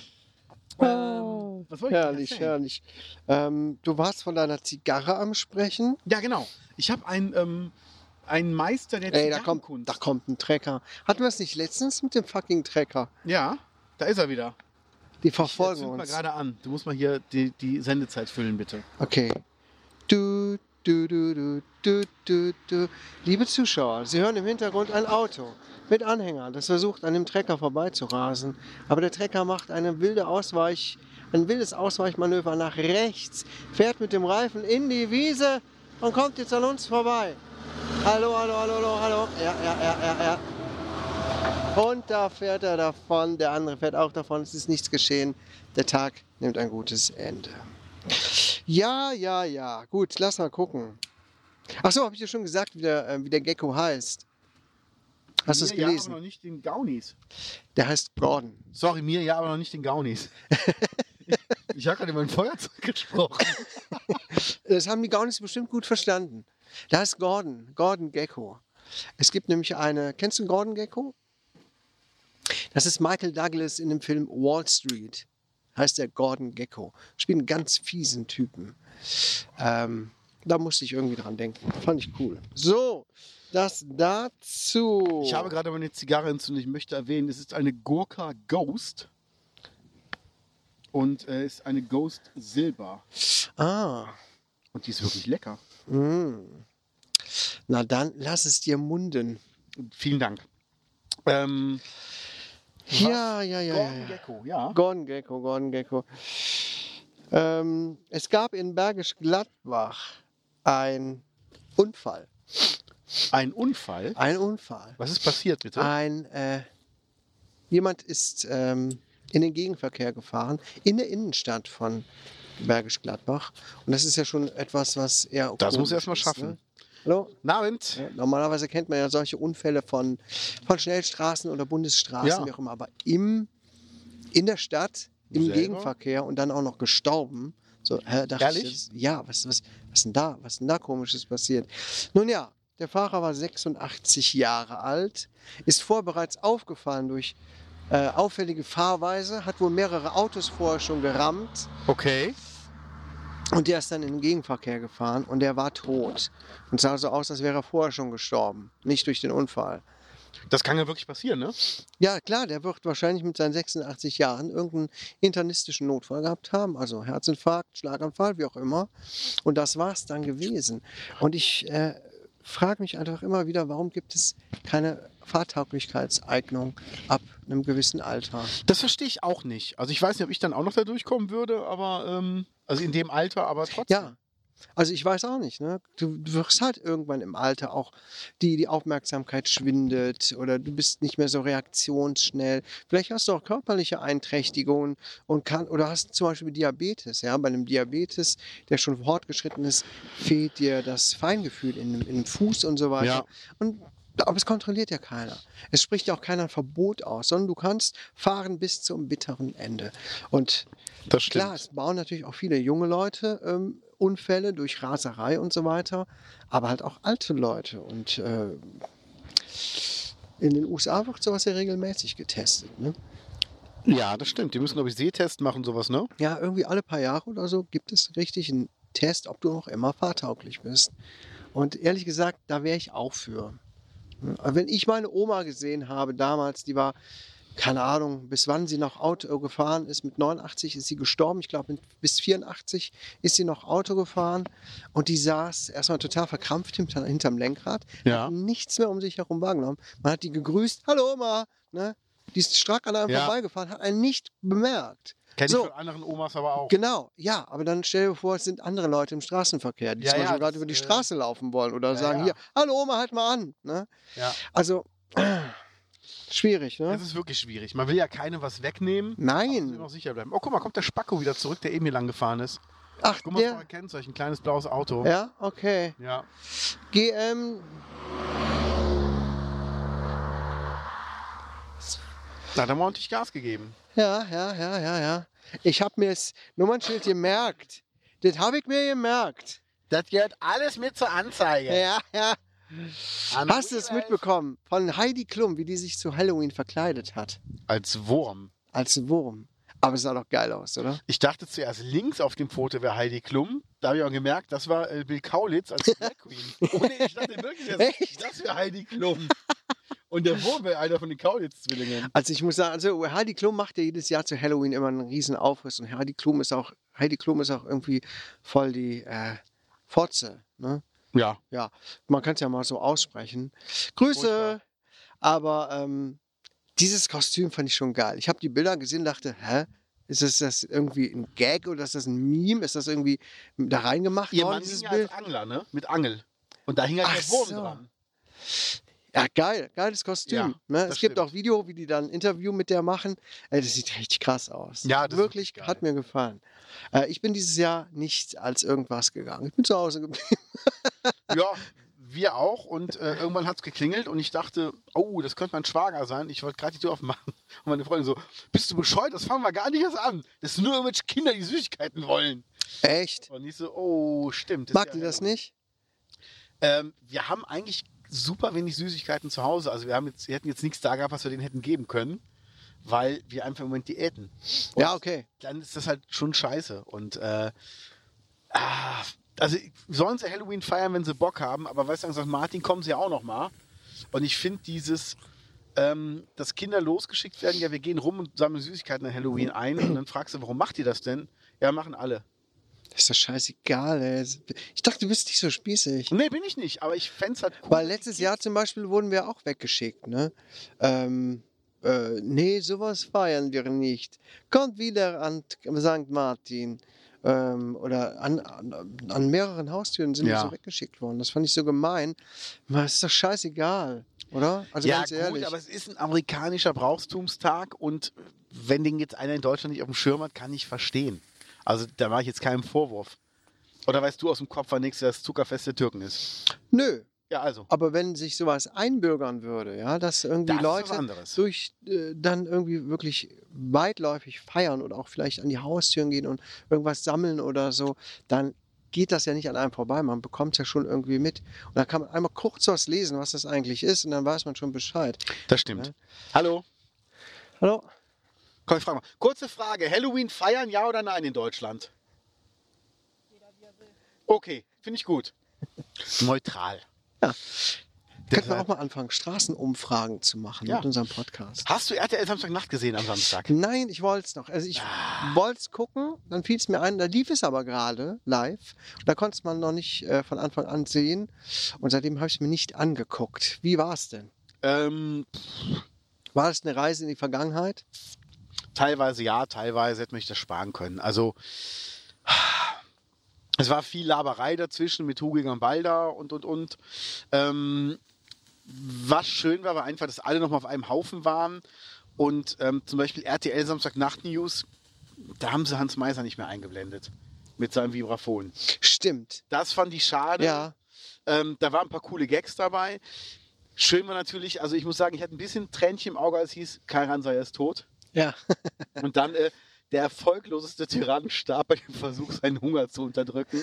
S2: Ähm, was wollte ich
S1: Herrlich,
S2: erzählen?
S1: herrlich. Ähm, du warst von deiner Zigarre am Sprechen.
S2: Ja, genau. Ich habe einen, ähm, einen Meister der
S1: Ey, da kommt,
S2: Zigarrenkunst.
S1: da kommt ein Trecker. Hatten wir es nicht letztens mit dem fucking Trecker?
S2: Ja, da ist er wieder.
S1: Die
S2: Jetzt
S1: verfolgen
S2: mal
S1: uns.
S2: gerade an. Du musst mal hier die, die Sendezeit füllen, bitte.
S1: Okay. Du, du, du, du, du, du, du. Liebe Zuschauer, Sie hören im Hintergrund ein Auto mit Anhänger, das versucht, an dem Trecker vorbeizurasen. Aber der Trecker macht eine wilde Ausweich, ein wildes Ausweichmanöver nach rechts, fährt mit dem Reifen in die Wiese und kommt jetzt an uns vorbei. Hallo, hallo, hallo, hallo, hallo. Ja, ja, ja, ja, ja. Und da fährt er davon, der andere fährt auch davon, es ist nichts geschehen. Der Tag nimmt ein gutes Ende. Ja, ja, ja. Gut, lass mal gucken. Achso, habe ich dir schon gesagt, wie der, äh, wie der Gecko heißt. Hast du es
S2: Mir Ja, aber
S1: gelesen?
S2: noch nicht den Gaunis.
S1: Der heißt Gordon.
S2: Sorry, mir ja, aber noch nicht den Gaunis. ich ich habe gerade über ein Feuerzeug gesprochen.
S1: Das haben die Gaunis bestimmt gut verstanden. Da ist Gordon, Gordon Gecko. Es gibt nämlich eine, kennst du Gordon Gecko? Das ist Michael Douglas in dem Film Wall Street. Heißt der Gordon Gecko. Spielt einen ganz fiesen Typen. Ähm, da musste ich irgendwie dran denken. Fand ich cool. So, das dazu.
S2: Ich habe gerade meine Zigarre entzündet. Ich möchte erwähnen, es ist eine Gurka Ghost. Und äh, ist eine Ghost Silber.
S1: Ah.
S2: Und die ist wirklich lecker.
S1: mm. Na dann, lass es dir munden.
S2: Vielen Dank. Ähm,
S1: Ja, ja, ja, ja.
S2: Gordon
S1: ja.
S2: Gecko, ja.
S1: Gordon Gecko, Gordon Gecko. Ähm, es gab in Bergisch Gladbach einen Unfall.
S2: Ein Unfall.
S1: Ein Unfall.
S2: Was ist passiert, bitte?
S1: Ein, äh, jemand ist ähm, in den Gegenverkehr gefahren, in der Innenstadt von Bergisch Gladbach. Und das ist ja schon etwas, was eher.
S2: Das
S1: komisch
S2: muss er erst mal
S1: ist,
S2: schaffen.
S1: Ne? Hallo?
S2: Guten Abend.
S1: Ja, normalerweise kennt man ja solche Unfälle von, von Schnellstraßen oder Bundesstraßen,
S2: Ja.
S1: wie auch immer. Aber im, in der Stadt, im
S2: Selber?
S1: Gegenverkehr und dann auch noch gestorben. So, hä, dachte
S2: Ehrlich?
S1: Ich, jetzt, ja, was, was, was denn da? Was denn da komisches passiert? Nun ja, der Fahrer war 86 Jahre alt, ist vorher bereits aufgefallen durch äh, auffällige Fahrweise, hat wohl mehrere Autos vorher schon gerammt.
S2: Okay.
S1: Und der ist dann in den Gegenverkehr gefahren und der war tot. Und sah so aus, als wäre er vorher schon gestorben. Nicht durch den Unfall.
S2: Das kann ja wirklich passieren, ne?
S1: Ja, klar, der wird wahrscheinlich mit seinen 86 Jahren irgendeinen internistischen Notfall gehabt haben. Also Herzinfarkt, Schlaganfall, wie auch immer. Und das war es dann gewesen. Und ich äh, frage mich einfach immer wieder, warum gibt es keine Fahrtauglichkeitseignung ab einem gewissen Alter?
S2: Das verstehe ich auch nicht. Also ich weiß nicht, ob ich dann auch noch da durchkommen würde, aber ähm, also in dem Alter, aber trotzdem.
S1: Ja. Also ich weiß auch nicht, ne? Du, du wirst halt irgendwann im Alter auch, die, die Aufmerksamkeit schwindet oder du bist nicht mehr so reaktionsschnell. Vielleicht hast du auch körperliche Einträchtigungen und kann, oder hast zum Beispiel Diabetes, ja. Bei einem Diabetes, der schon fortgeschritten ist, fehlt dir das Feingefühl in, dem- in dem Fuß und so weiter.
S2: Ja.
S1: Und aber es kontrolliert ja keiner. Es spricht ja auch keiner ein Verbot aus, sondern du kannst fahren bis zum bitteren Ende. Und
S2: das stimmt.
S1: Klar, es bauen natürlich auch viele junge Leute ähm, Unfälle durch Raserei und so weiter, aber halt auch alte Leute. Und äh, in den USA wird sowas ja regelmäßig getestet. Ne?
S2: Ja, das stimmt. Die müssen, glaube ich, Sehtest machen, sowas, ne?
S1: Ja, irgendwie alle paar Jahre oder so gibt es richtig einen Test, ob du noch immer fahrtauglich bist. Und ehrlich gesagt, da wäre ich auch für. Aber Wenn ich meine Oma gesehen habe damals, die war, keine Ahnung, bis wann sie noch Auto gefahren ist, mit 89 ist sie gestorben, ich glaube mit- bis 84 ist sie noch Auto gefahren und die saß erstmal total verkrampft hinter, hinterm Lenkrad,
S2: Ja.
S1: hat nichts mehr um sich herum wahrgenommen. Man hat die gegrüßt, hallo Oma, ne? die ist stark an einem
S2: Ja.
S1: vorbeigefahren, hat einen nicht bemerkt.
S2: Kenn
S1: So.
S2: ich von anderen Omas aber auch.
S1: Genau, ja, aber dann stell dir vor, es sind andere Leute im Straßenverkehr, die
S2: Ja,
S1: zum
S2: ja,
S1: Beispiel gerade
S2: das,
S1: über die
S2: äh,
S1: Straße laufen wollen oder
S2: ja,
S1: sagen,
S2: ja.
S1: hier, hallo Oma, halt mal an. Ne?
S2: Ja.
S1: Also, Schwierig, ne?
S2: Das ist wirklich schwierig. Man will ja keinem was wegnehmen. Man will
S1: Nein.
S2: noch sicher bleiben. Oh, guck mal, kommt der Spacko wieder zurück, der eben hier lang gefahren ist.
S1: Ach,
S2: Guck mal,
S1: der.
S2: ja. Kennzeichen, ein kleines blaues Auto.
S1: Ja, okay.
S2: ja.
S1: GM.
S2: Na, da haben wir ordentlich Gas gegeben.
S1: Ja, ja, ja, ja, ja. Ich habe mir das Nummernschild gemerkt. Das habe ich mir gemerkt.
S2: Das gehört alles mit zur Anzeige.
S1: Ja, ja. Hast du es mitbekommen? Von Heidi Klum, wie die sich zu Halloween verkleidet hat.
S2: Als Wurm.
S1: Als Wurm. Aber es sah doch geil aus, oder?
S2: Ich dachte zuerst links auf dem Foto wäre Heidi Klum. Da habe ich auch gemerkt, das war äh, Bill Kaulitz als Drag Queen. Ohne, ich dachte wirklich, das,
S1: Echt?
S2: das wäre Heidi Klum. Und der Wurm wäre einer von den Kaulitz-Zwillingen.
S1: Also ich muss sagen, also Heidi Klum macht ja jedes Jahr zu Halloween immer einen riesen Aufriss und Heidi Klum ist auch, Heidi Klum ist auch irgendwie voll die äh, Fotze. Ne?
S2: Ja.
S1: Ja, man kann es ja mal so aussprechen. Grüße!
S2: Furchtbar.
S1: Aber ähm, dieses Kostüm fand ich schon geil. Ich habe die Bilder gesehen und dachte, hä? Ist das, das irgendwie ein Gag oder ist das ein Meme? Ist das irgendwie da reingemacht
S2: Ihr
S1: worden,
S2: Mann
S1: dieses
S2: hing ja
S1: Bild?
S2: als Angler, ne? Mit Angel. Und da hing halt
S1: Ach
S2: der Wurm
S1: so.
S2: dran.
S1: Ja, geil, geiles Kostüm.
S2: Ja,
S1: ne?
S2: das
S1: Es gibt
S2: stimmt.
S1: auch Video, wie die dann ein Interview mit der machen. Ey, das sieht richtig krass aus.
S2: Ja, das ist
S1: wirklich
S2: wirklich
S1: hat mir gefallen. Äh, ich bin dieses Jahr nicht als irgendwas gegangen. Ich bin zu Hause geblieben.
S2: Ja, wir auch. Und äh, irgendwann hat es geklingelt und ich dachte, oh, das könnte mein Schwager sein. Ich wollte gerade die Tür aufmachen. Und meine Freundin so, bist du bescheuert? Das fangen wir gar nicht erst an. Das sind nur irgendwelche Kinder, die Süßigkeiten wollen.
S1: Echt?
S2: Und ich so, oh, stimmt.
S1: Mag
S2: ist
S1: die
S2: ja
S1: das
S2: Halloween.
S1: nicht?
S2: Ähm, wir haben eigentlich super wenig Süßigkeiten zu Hause. Also wir, haben jetzt, wir hätten jetzt nichts da gehabt, was wir denen hätten geben können, weil wir einfach im Moment diäten. Und
S1: Ja, okay.
S2: Dann ist das halt schon scheiße. Und äh, ah, also sollen sie Halloween feiern, wenn sie Bock haben, aber weißt du, sagt Martin, kommen sie ja auch noch mal. Und ich finde dieses, ähm, dass Kinder losgeschickt werden, ja, wir gehen rum und sammeln Süßigkeiten an Halloween ein und dann fragst du, warum macht ihr das denn? Ja, machen alle.
S1: Ist doch scheißegal, ey. Ich dachte, du bist nicht so spießig.
S2: Nee, bin ich nicht, aber ich fände es halt cool.
S1: Weil letztes Jahr zum Beispiel wurden wir auch weggeschickt, ne? Ähm, äh, nee, sowas feiern wir nicht. Kommt wieder an T- St. Martin. Ähm, oder an, an, an mehreren Haustüren sind
S2: Ja.
S1: wir so weggeschickt worden. Das fand ich so gemein. Aber ist doch scheißegal, oder? Also
S2: ja,
S1: ganz ehrlich.
S2: gut, aber es ist ein amerikanischer Brauchstumstag und wenn den jetzt einer in Deutschland nicht auf dem Schirm hat, kann ich verstehen. Also da mache ich jetzt keinen Vorwurf. Oder weißt du aus dem Kopf, wann nächstes Jahr das Zuckerfest der Türken ist?
S1: Nö,
S2: Ja, also.
S1: aber wenn sich sowas einbürgern würde, ja, dass irgendwie
S2: Das ist was
S1: Leute
S2: anderes.
S1: durch äh, dann irgendwie wirklich weitläufig feiern und auch vielleicht an die Haustüren gehen und irgendwas sammeln oder so, dann geht das ja nicht an einem vorbei. Man bekommt es ja schon irgendwie mit. Und dann kann man einmal kurz was lesen, was das eigentlich ist, und dann weiß man schon Bescheid.
S2: Das stimmt.
S1: Ja.
S2: Ne? Hallo?
S1: Hallo?
S2: Komm, ich frage mal. Kurze Frage. Halloween feiern, ja oder nein in Deutschland? Okay, finde ich gut. Neutral.
S1: Könnten wir
S2: Deshalb-
S1: auch mal anfangen, Straßenumfragen zu machen
S2: Ja.
S1: mit unserem Podcast.
S2: Hast du RTL Samstagnacht gesehen am Samstag?
S1: Nein, ich wollte es noch. Also ich wollte es gucken, dann fiel es mir ein, da lief es aber gerade live. Da konnte man noch nicht äh, von Anfang an sehen. Und seitdem habe ich es mir nicht angeguckt. Wie war es denn?
S2: Ähm,
S1: War es eine Reise in die Vergangenheit?
S2: Teilweise ja, teilweise hätte man sich das sparen können. Also es war viel Laberei dazwischen mit Hugel und Balda und und und. Ähm, was schön war, war einfach, dass alle nochmal auf einem Haufen waren. Und ähm, zum Beispiel RTL Samstagnacht News, da haben sie Hans Meiser nicht mehr eingeblendet mit seinem Vibraphon.
S1: Stimmt.
S2: Das fand ich schade.
S1: Ja.
S2: Ähm, da waren ein paar coole Gags dabei. Schön war natürlich, also ich muss sagen, ich hatte ein bisschen Tränchen im Auge, als es hieß, Kai Ransay ist tot.
S1: Ja.
S2: Und dann äh, der erfolgloseste Tyrann starb bei dem Versuch, seinen Hunger zu unterdrücken.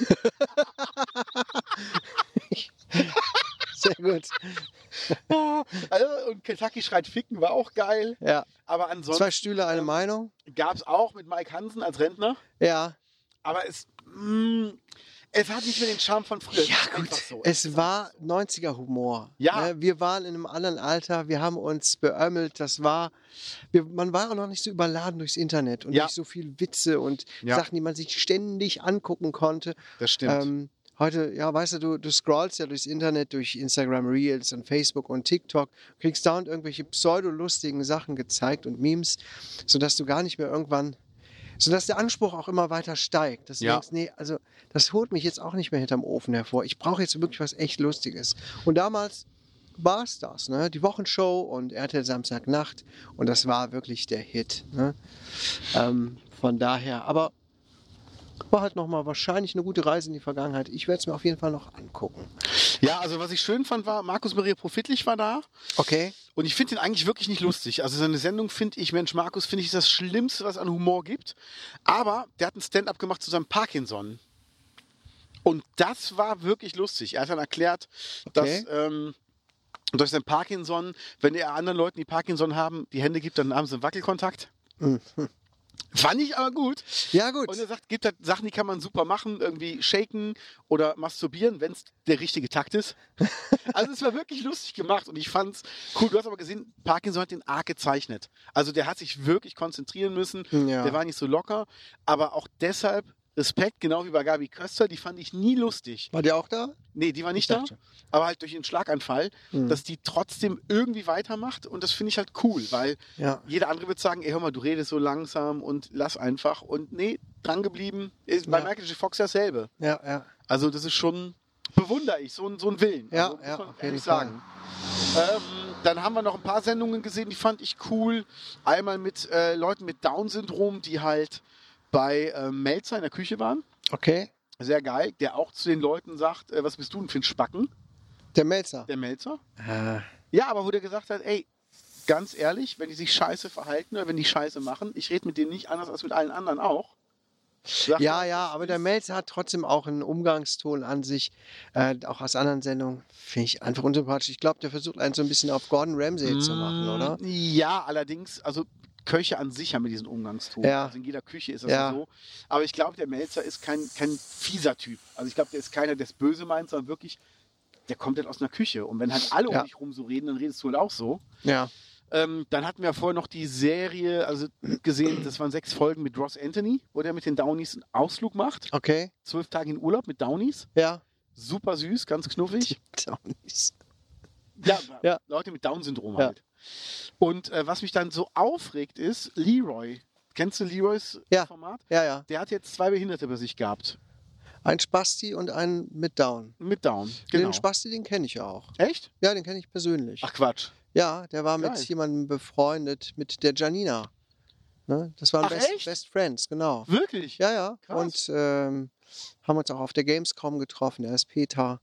S1: Sehr gut.
S2: also, und Kentucky schreit Ficken war auch geil.
S1: Ja.
S2: Aber
S1: Zwei
S2: ansonsten
S1: Stühle, eine Meinung.
S2: gab es auch mit Mike Hansen als Rentner.
S1: Ja.
S2: Aber es, mm, es hat nicht mehr den Charme von früher. Es ist einfach So.
S1: Es war 90er Humor.
S2: Ja.
S1: Ne? Wir waren in einem anderen Alter, wir haben uns beömmelt, das war wir, man war auch noch nicht so überladen durchs Internet und
S2: Ja.
S1: nicht so viel Witze und
S2: Ja.
S1: Sachen, die man sich ständig angucken konnte.
S2: Das stimmt.
S1: Ähm, heute, ja, weißt du, du, du scrollst ja durchs Internet, durch Instagram Reels und Facebook und TikTok, kriegst dauernd irgendwelche pseudolustigen Sachen gezeigt und Memes, sodass du gar nicht mehr irgendwann, sodass der Anspruch auch immer weiter steigt. Dass du
S2: Ja.
S1: denkst, nee, also das holt mich jetzt auch nicht mehr hinterm Ofen hervor. Ich brauche jetzt wirklich was echt Lustiges. Und damals Barstars, ne? die Wochenshow und RTL Samstagnacht und das war wirklich der Hit. Ne? Ähm, von daher, aber war halt nochmal wahrscheinlich eine gute Reise in die Vergangenheit. Ich werde es mir auf jeden Fall noch angucken.
S2: Ja, also was ich schön fand, war, Markus Maria Profitlich war da.
S1: Okay.
S2: Und ich finde ihn eigentlich wirklich nicht lustig. Also seine Sendung finde ich, Mensch, Markus, finde ich, ist das Schlimmste, was an Humor gibt. Aber der hat ein Stand-up gemacht zu seinem Parkinson. Und das war wirklich lustig. Er hat dann erklärt,
S1: Okay.
S2: dass ähm, durch sein Parkinson, wenn er anderen Leuten, die Parkinson haben, die Hände gibt, dann haben sie einen Wackelkontakt. Fand ich aber gut.
S1: Ja, gut.
S2: Und er sagt, gibt halt Sachen, die kann man super machen, irgendwie shaken oder masturbieren, wenn es der richtige Takt ist. Also es war wirklich lustig gemacht und ich fand's cool. Du hast aber gesehen, Parkinson hat den arg gezeichnet. Also der hat sich wirklich konzentrieren müssen.
S1: Hm, Ja.
S2: Der war nicht so locker, aber auch deshalb Respekt, genau wie bei Gabi Köster, die fand ich nie lustig.
S1: War der auch da?
S2: Nee, die war nicht
S1: Ich
S2: da,
S1: dachte.
S2: aber halt durch den Schlaganfall,
S1: Mhm.
S2: dass die trotzdem irgendwie weitermacht und das finde ich halt cool, weil
S1: Ja.
S2: jeder andere wird sagen, ey, hör mal, du redest so langsam und lass einfach. Und nee, dran geblieben. Ist bei
S1: Ja.
S2: Michael J. Fox dasselbe.
S1: Ja, ja.
S2: Also das ist schon, bewundere ich, so, ein- so ein Willen.
S1: Ja,
S2: also, muss
S1: ja,
S2: man
S1: auf jeden
S2: ehrlich
S1: Fall.
S2: sagen. Ähm, dann haben wir noch ein paar Sendungen gesehen, die fand ich cool. Einmal mit äh, Leuten mit Down-Syndrom, die halt bei äh, Melzer in der Küche waren.
S1: Okay.
S2: Sehr geil, der auch zu den Leuten sagt, äh, was bist du denn für ein Spacken,
S1: Der Melzer.
S2: der Melzer?
S1: Ah.
S2: Ja, aber wo der gesagt hat, ey, ganz ehrlich, wenn die sich scheiße verhalten oder wenn die scheiße machen, ich rede mit denen nicht anders als mit allen anderen auch. Sagt
S1: Ja,
S2: er,
S1: ja, aber der Melzer hat trotzdem auch einen Umgangston an sich, äh, auch aus anderen Sendungen. Finde ich einfach unsympathisch. Ich glaube, der versucht einen so ein bisschen auf Gordon Ramsay zu machen,
S2: mm,
S1: oder?
S2: Ja, allerdings, also Köche an sich haben diesen Umgangston.
S1: Ja.
S2: Also in jeder Küche ist das
S1: Ja.
S2: ja. so. Aber ich glaube, der Melzer ist kein, kein fieser Typ. Also ich glaube, der ist keiner, der es böse meint, sondern wirklich, der kommt halt aus einer Küche. Und wenn halt alle
S1: Ja.
S2: um dich rum so reden, dann redest du halt auch so.
S1: Ja.
S2: Ähm, dann hatten wir vorher noch die Serie, also gesehen, das waren sechs Folgen mit Ross Anthony, wo der mit den Downies einen Ausflug macht.
S1: Okay.
S2: Zwölf Tage in Urlaub mit Downies.
S1: Ja.
S2: Super süß, ganz knuffig.
S1: Downies.
S2: Ja,
S1: Ja.
S2: Leute mit Down-Syndrom
S1: Ja.
S2: halt. Und äh, was mich dann so aufregt, ist Leroy. Kennst du Leroys
S1: Ja.
S2: Format?
S1: Ja, ja.
S2: Der hat jetzt zwei Behinderte bei sich gehabt.
S1: Ein Spasti und einen mit Down.
S2: Mit Down. Genau.
S1: Den Spasti, den kenne ich ja auch.
S2: Echt?
S1: Ja, den kenne ich persönlich.
S2: Ach Quatsch.
S1: Ja, der war mit
S2: Geil.
S1: jemandem befreundet, mit der Janina. Ne? Das waren
S2: Ach,
S1: Best,
S2: echt?
S1: Best Friends, genau.
S2: Wirklich?
S1: Ja, ja.
S2: Krass.
S1: Und ähm, haben uns auch auf der Gamescom getroffen. Er ist Peter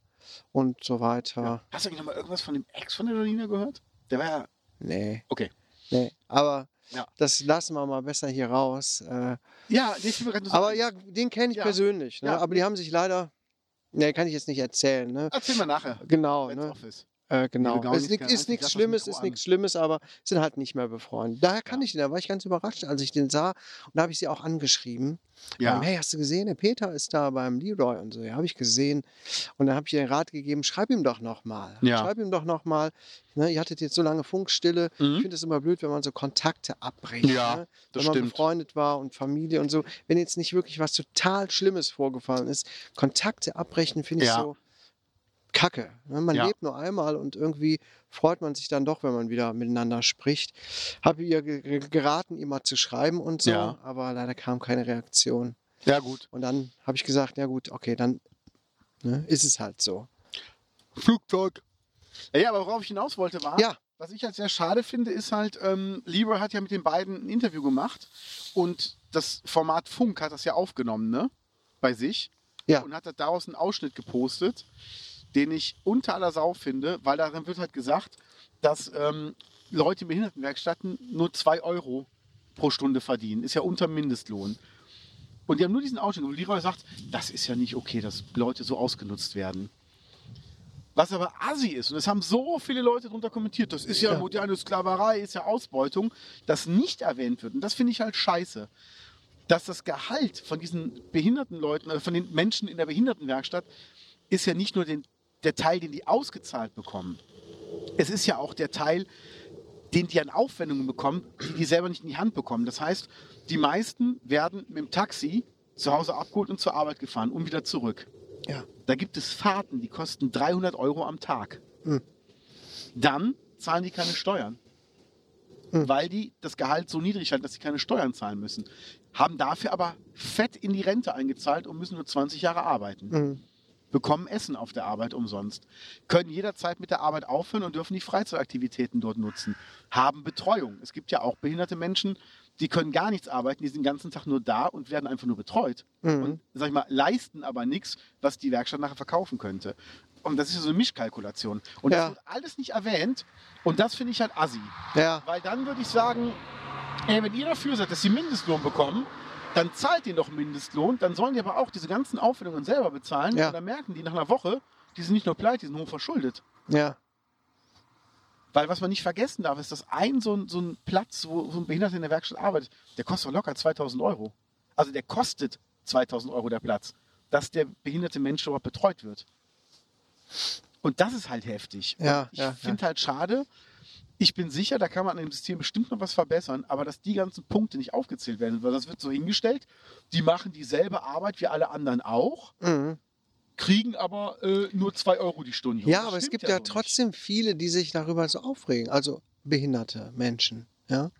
S1: und so weiter.
S2: Hast du eigentlich nochmal irgendwas von dem Ex von der Janina gehört? Der war ja.
S1: Nee.
S2: Okay.
S1: Nee. Aber
S2: Ja.
S1: das lassen wir mal besser hier raus. Äh,
S2: Ja, nee, ich will gerade nur
S1: aber
S2: sagen,
S1: ja, den kenne ich
S2: Ja.
S1: persönlich. Ne?
S2: Ja.
S1: Aber die haben sich leider. Nee, kann ich jetzt nicht erzählen. Ne?
S2: Erzähl mal nachher.
S1: Genau,
S2: Wenn's
S1: ne?
S2: off ist.
S1: Äh, genau.
S2: Gaunis,
S1: Es ist,
S2: keine
S1: ist
S2: Ahnung, ich
S1: nichts
S2: lass das
S1: Schlimmes,
S2: Mikro
S1: ist
S2: an.
S1: nichts Schlimmes, aber sind halt nicht mehr befreundet. Daher kann
S2: Ja.
S1: ich den, da war ich ganz überrascht, als ich den sah. Und da habe ich sie auch angeschrieben. Ähm,
S2: Ja.
S1: hey, hast du gesehen, der Peter ist da beim Leroy und so. Ja, habe ich gesehen. Und dann habe ich ihr den Rat gegeben, schreib ihm doch nochmal.
S2: Ja.
S1: Schreib ihm doch nochmal. Ne, ihr hattet jetzt so lange Funkstille. Ich
S2: Mhm.
S1: finde es immer blöd, wenn man so Kontakte abbricht.
S2: Ja,
S1: ne?
S2: das
S1: Wenn man
S2: stimmt.
S1: befreundet war und Familie und so. Wenn jetzt nicht wirklich was total Schlimmes vorgefallen ist, Kontakte abbrechen finde ich
S2: Ja.
S1: so kacke. ne? Man
S2: Ja.
S1: lebt nur einmal und irgendwie freut man sich dann doch, wenn man wieder miteinander spricht. Habe ihr ge- ge- geraten, ihr mal zu schreiben und so,
S2: Ja.
S1: aber leider kam keine Reaktion.
S2: Ja, gut.
S1: Und dann habe ich gesagt, ja gut, okay, dann ne, ist es halt so.
S2: Flugzeug. Ja, aber worauf ich hinaus wollte war,
S1: Ja.
S2: was ich halt sehr schade finde, ist halt, ähm, Leroy hat ja mit den beiden ein Interview gemacht und das Format Funk hat das ja aufgenommen, ne? Bei sich.
S1: Ja.
S2: Und hat halt daraus einen Ausschnitt gepostet, den ich unter aller Sau finde, weil darin wird halt gesagt, dass ähm, Leute in Behindertenwerkstätten nur 2 Euro pro Stunde verdienen. Ist ja unter Mindestlohn. Und die haben nur diesen Ausschnitt. Und Leroy sagt, das ist ja nicht okay, dass Leute so ausgenutzt werden. Was aber assi ist, und es haben so viele Leute darunter kommentiert, das ist ja,
S1: Ja.
S2: moderne Sklaverei, ist ja Ausbeutung, das nicht erwähnt wird. Und das finde ich halt scheiße. Dass das Gehalt von diesen behinderten Leuten, oder von den Menschen in der Behindertenwerkstatt, ist ja nicht nur den, der Teil, den die ausgezahlt bekommen. Es ist ja auch der Teil, den die an Aufwendungen bekommen, die die selber nicht in die Hand bekommen. Das heißt, die meisten werden mit dem Taxi zu Hause abgeholt und zur Arbeit gefahren und wieder zurück.
S1: Ja.
S2: Da gibt es Fahrten, die kosten 300 Euro am Tag.
S1: Hm.
S2: Dann zahlen die keine Steuern,
S1: Hm.
S2: weil die das Gehalt so niedrig halten, dass sie keine Steuern zahlen müssen. Haben dafür aber fett in die Rente eingezahlt und müssen nur 20 Jahre arbeiten.
S1: Mhm.
S2: bekommen Essen auf der Arbeit umsonst, können jederzeit mit der Arbeit aufhören und dürfen die Freizeitaktivitäten dort nutzen, haben Betreuung. Es gibt ja auch behinderte Menschen, die können gar nichts arbeiten, die sind den ganzen Tag nur da und werden einfach nur betreut.
S1: Mhm.
S2: Und, sag ich mal, leisten aber nichts, was die Werkstatt nachher verkaufen könnte. Und das ist so eine Mischkalkulation. Und
S1: Ja.
S2: das wird alles nicht erwähnt. Und das finde ich halt assi.
S1: Ja,
S2: Weil dann würde ich sagen, ey, wenn ihr dafür seid, dass sie Mindestlohn bekommen, dann zahlt ihr doch Mindestlohn, dann sollen die aber auch diese ganzen Aufwendungen selber bezahlen.
S1: Ja.
S2: Und dann merken die nach einer Woche, die sind nicht nur pleite, die sind hoch verschuldet.
S1: ja,
S2: Weil was man nicht vergessen darf, ist, dass ein so ein, so ein Platz, wo so ein Behinderter in der Werkstatt arbeitet, der kostet doch locker 2000 Euro. Also der kostet 2000 Euro der Platz, dass der behinderte Mensch überhaupt betreut wird. Und das ist halt heftig.
S1: ja,
S2: Ich
S1: ja, ja.
S2: finde halt schade. Ich bin sicher, da kann man an dem System bestimmt noch was verbessern, aber dass die ganzen Punkte nicht aufgezählt werden, weil das wird so hingestellt, die machen dieselbe Arbeit wie alle anderen auch,
S1: Mhm.
S2: kriegen aber äh, nur 2 Euro die Stunde.
S1: Ja,
S2: Das
S1: aber es
S2: stimmt
S1: gibt ja
S2: so nicht.
S1: trotzdem viele, die sich darüber so aufregen. Also behinderte Menschen. Ja?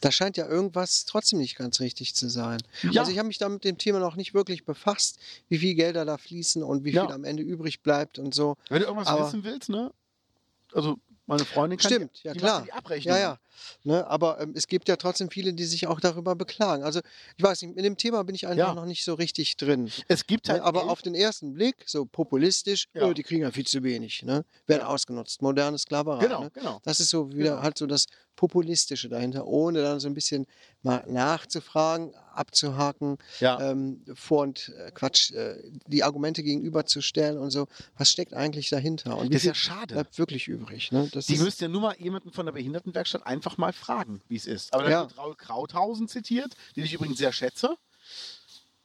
S1: Da scheint ja irgendwas trotzdem nicht ganz richtig zu sein.
S2: Ja.
S1: Also ich habe mich da mit dem Thema noch nicht wirklich befasst, wie viel Gelder da fließen und wie viel
S2: Ja.
S1: am Ende übrig bleibt und so.
S2: Wenn du irgendwas
S1: aber-
S2: wissen willst, ne? Also meine Freundin kann
S1: Stimmt,
S2: die,
S1: ja
S2: die
S1: klar.
S2: macht die Abrechnung.
S1: Ja, ja. Ne, aber ähm, es gibt ja trotzdem viele, die sich auch darüber beklagen. Also ich weiß nicht, mit dem Thema bin ich einfach
S2: Ja.
S1: noch nicht so richtig drin.
S2: Es gibt halt
S1: Ne, aber
S2: elf-
S1: auf den ersten Blick, so populistisch,
S2: Ja.
S1: oh, die kriegen ja viel zu wenig, ne? werden
S2: Ja.
S1: ausgenutzt. Moderne Sklaverei.
S2: genau,
S1: Ne?
S2: genau.
S1: Das ist so wieder
S2: Genau.
S1: halt so das Populistische dahinter, ohne dann so ein bisschen mal nachzufragen, abzuhaken,
S2: Ja.
S1: ähm, vor und äh, Quatsch, äh, die Argumente gegenüberzustellen und so. Was steckt eigentlich dahinter? Und wie
S2: das ist ja
S1: viel
S2: schade.
S1: bleibt wirklich übrig? Ne? Das
S2: Die
S1: ist,
S2: müsst ja nur mal jemanden von der Behindertenwerkstatt einfach mal fragen, wie es ist. Aber da
S1: Ja.
S2: wird Raul Krauthausen zitiert, den ich übrigens sehr schätze.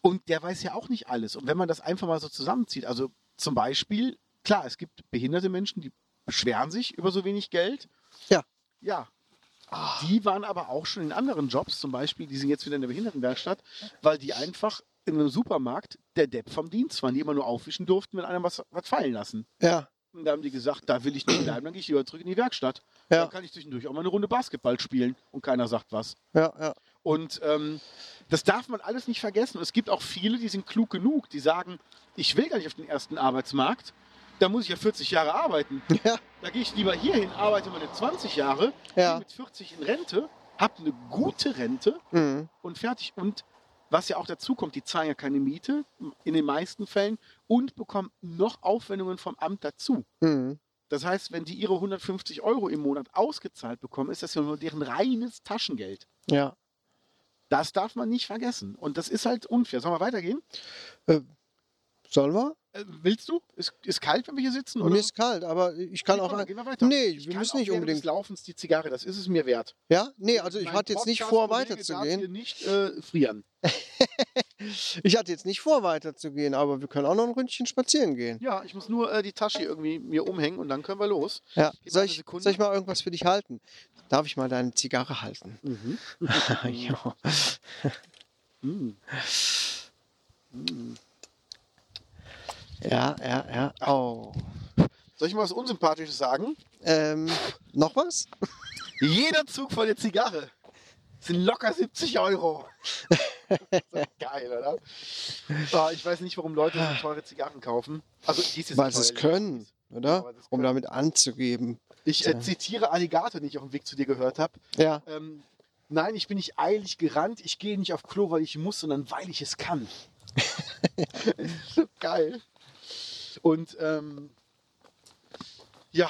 S2: Und der weiß ja auch nicht alles. Und wenn man das einfach mal so zusammenzieht, also zum Beispiel, klar, es gibt behinderte Menschen, die beschweren sich über so wenig Geld.
S1: Ja.
S2: Ja. Die waren aber auch schon in anderen Jobs, zum Beispiel, die sind jetzt wieder in der Behindertenwerkstatt, weil die einfach in einem Supermarkt der Depp vom Dienst waren, die immer nur aufwischen durften, wenn einem was, was fallen lassen.
S1: ja,
S2: Und da haben die gesagt, da will ich nicht bleiben, dann gehe ich lieber zurück in die Werkstatt.
S1: Ja.
S2: Dann kann ich zwischendurch auch mal eine Runde Basketball spielen und keiner sagt was.
S1: ja, ja,
S2: Und ähm, das darf man alles nicht vergessen. Und es gibt auch viele, die sind klug genug, die sagen, ich will gar nicht auf den ersten Arbeitsmarkt, da muss ich ja 40 Jahre arbeiten.
S1: ja,
S2: Da gehe ich lieber hierhin, arbeite meine 20 Jahre, gehe
S1: ja.
S2: mit 40 in Rente, habe eine gute Rente
S1: Mhm.
S2: und fertig. Und was ja auch dazu kommt, die zahlen ja keine Miete in den meisten Fällen und bekommen noch Aufwendungen vom Amt dazu.
S1: Mhm.
S2: Das heißt, wenn die ihre 150 Euro im Monat ausgezahlt bekommen, ist das ja nur deren reines Taschengeld.
S1: Ja.
S2: Das darf man nicht vergessen. Und das ist halt unfair. Sollen wir weitergehen?
S1: Sollen wir?
S2: Äh, willst du? Ist, ist kalt, wenn wir hier sitzen?
S1: Mir ist kalt, aber ich kann
S2: Nee,
S1: auch.
S2: komm, dann
S1: ein-
S2: gehen wir weiter.
S1: Nee,
S2: Ich
S1: wir
S2: kann
S1: müssen
S2: auch
S1: nicht
S2: während
S1: unbedingt.
S2: des Laufens die Zigarre, das ist es mir wert.
S1: Ja? Nee, also ich
S2: Mein
S1: hatte jetzt nicht vor,
S2: Podcast-Kollege darf
S1: weiterzugehen.
S2: hier nicht äh, frieren.
S1: Ich hatte jetzt nicht vor, weiterzugehen, aber wir können auch noch ein Ründchen spazieren gehen.
S2: Ja, ich muss nur äh, die Tasche irgendwie mir umhängen und dann können wir los.
S1: Ja.
S2: Gib mir
S1: Soll
S2: eine
S1: ich,
S2: Sekunde.
S1: soll ich mal irgendwas für dich halten? Darf ich mal deine Zigarre halten? ja. Hm.
S2: Mm. Hm.
S1: ja, ja,
S2: Ah.
S1: ja. Oh.
S2: Soll ich mal was Unsympathisches sagen?
S1: Ähm, noch was?
S2: Jeder Zug von der Zigarre sind locker 70 Euro. So Geil, oder? Ah, ich weiß nicht, warum Leute so teure Zigarren kaufen. Also, die ist jetzt
S1: Weil
S2: nicht
S1: sie es
S2: teuer.
S1: können, oder?
S2: Weil sie es
S1: Um
S2: können.
S1: damit anzugeben.
S2: Ich äh, zitiere Alligator, den ich auf dem Weg zu dir gehört habe.
S1: Ja.
S2: Ähm, nein, ich bin nicht eilig gerannt. Ich gehe nicht auf Klo, weil ich muss, sondern weil ich es kann. so geil. Und ähm, ja,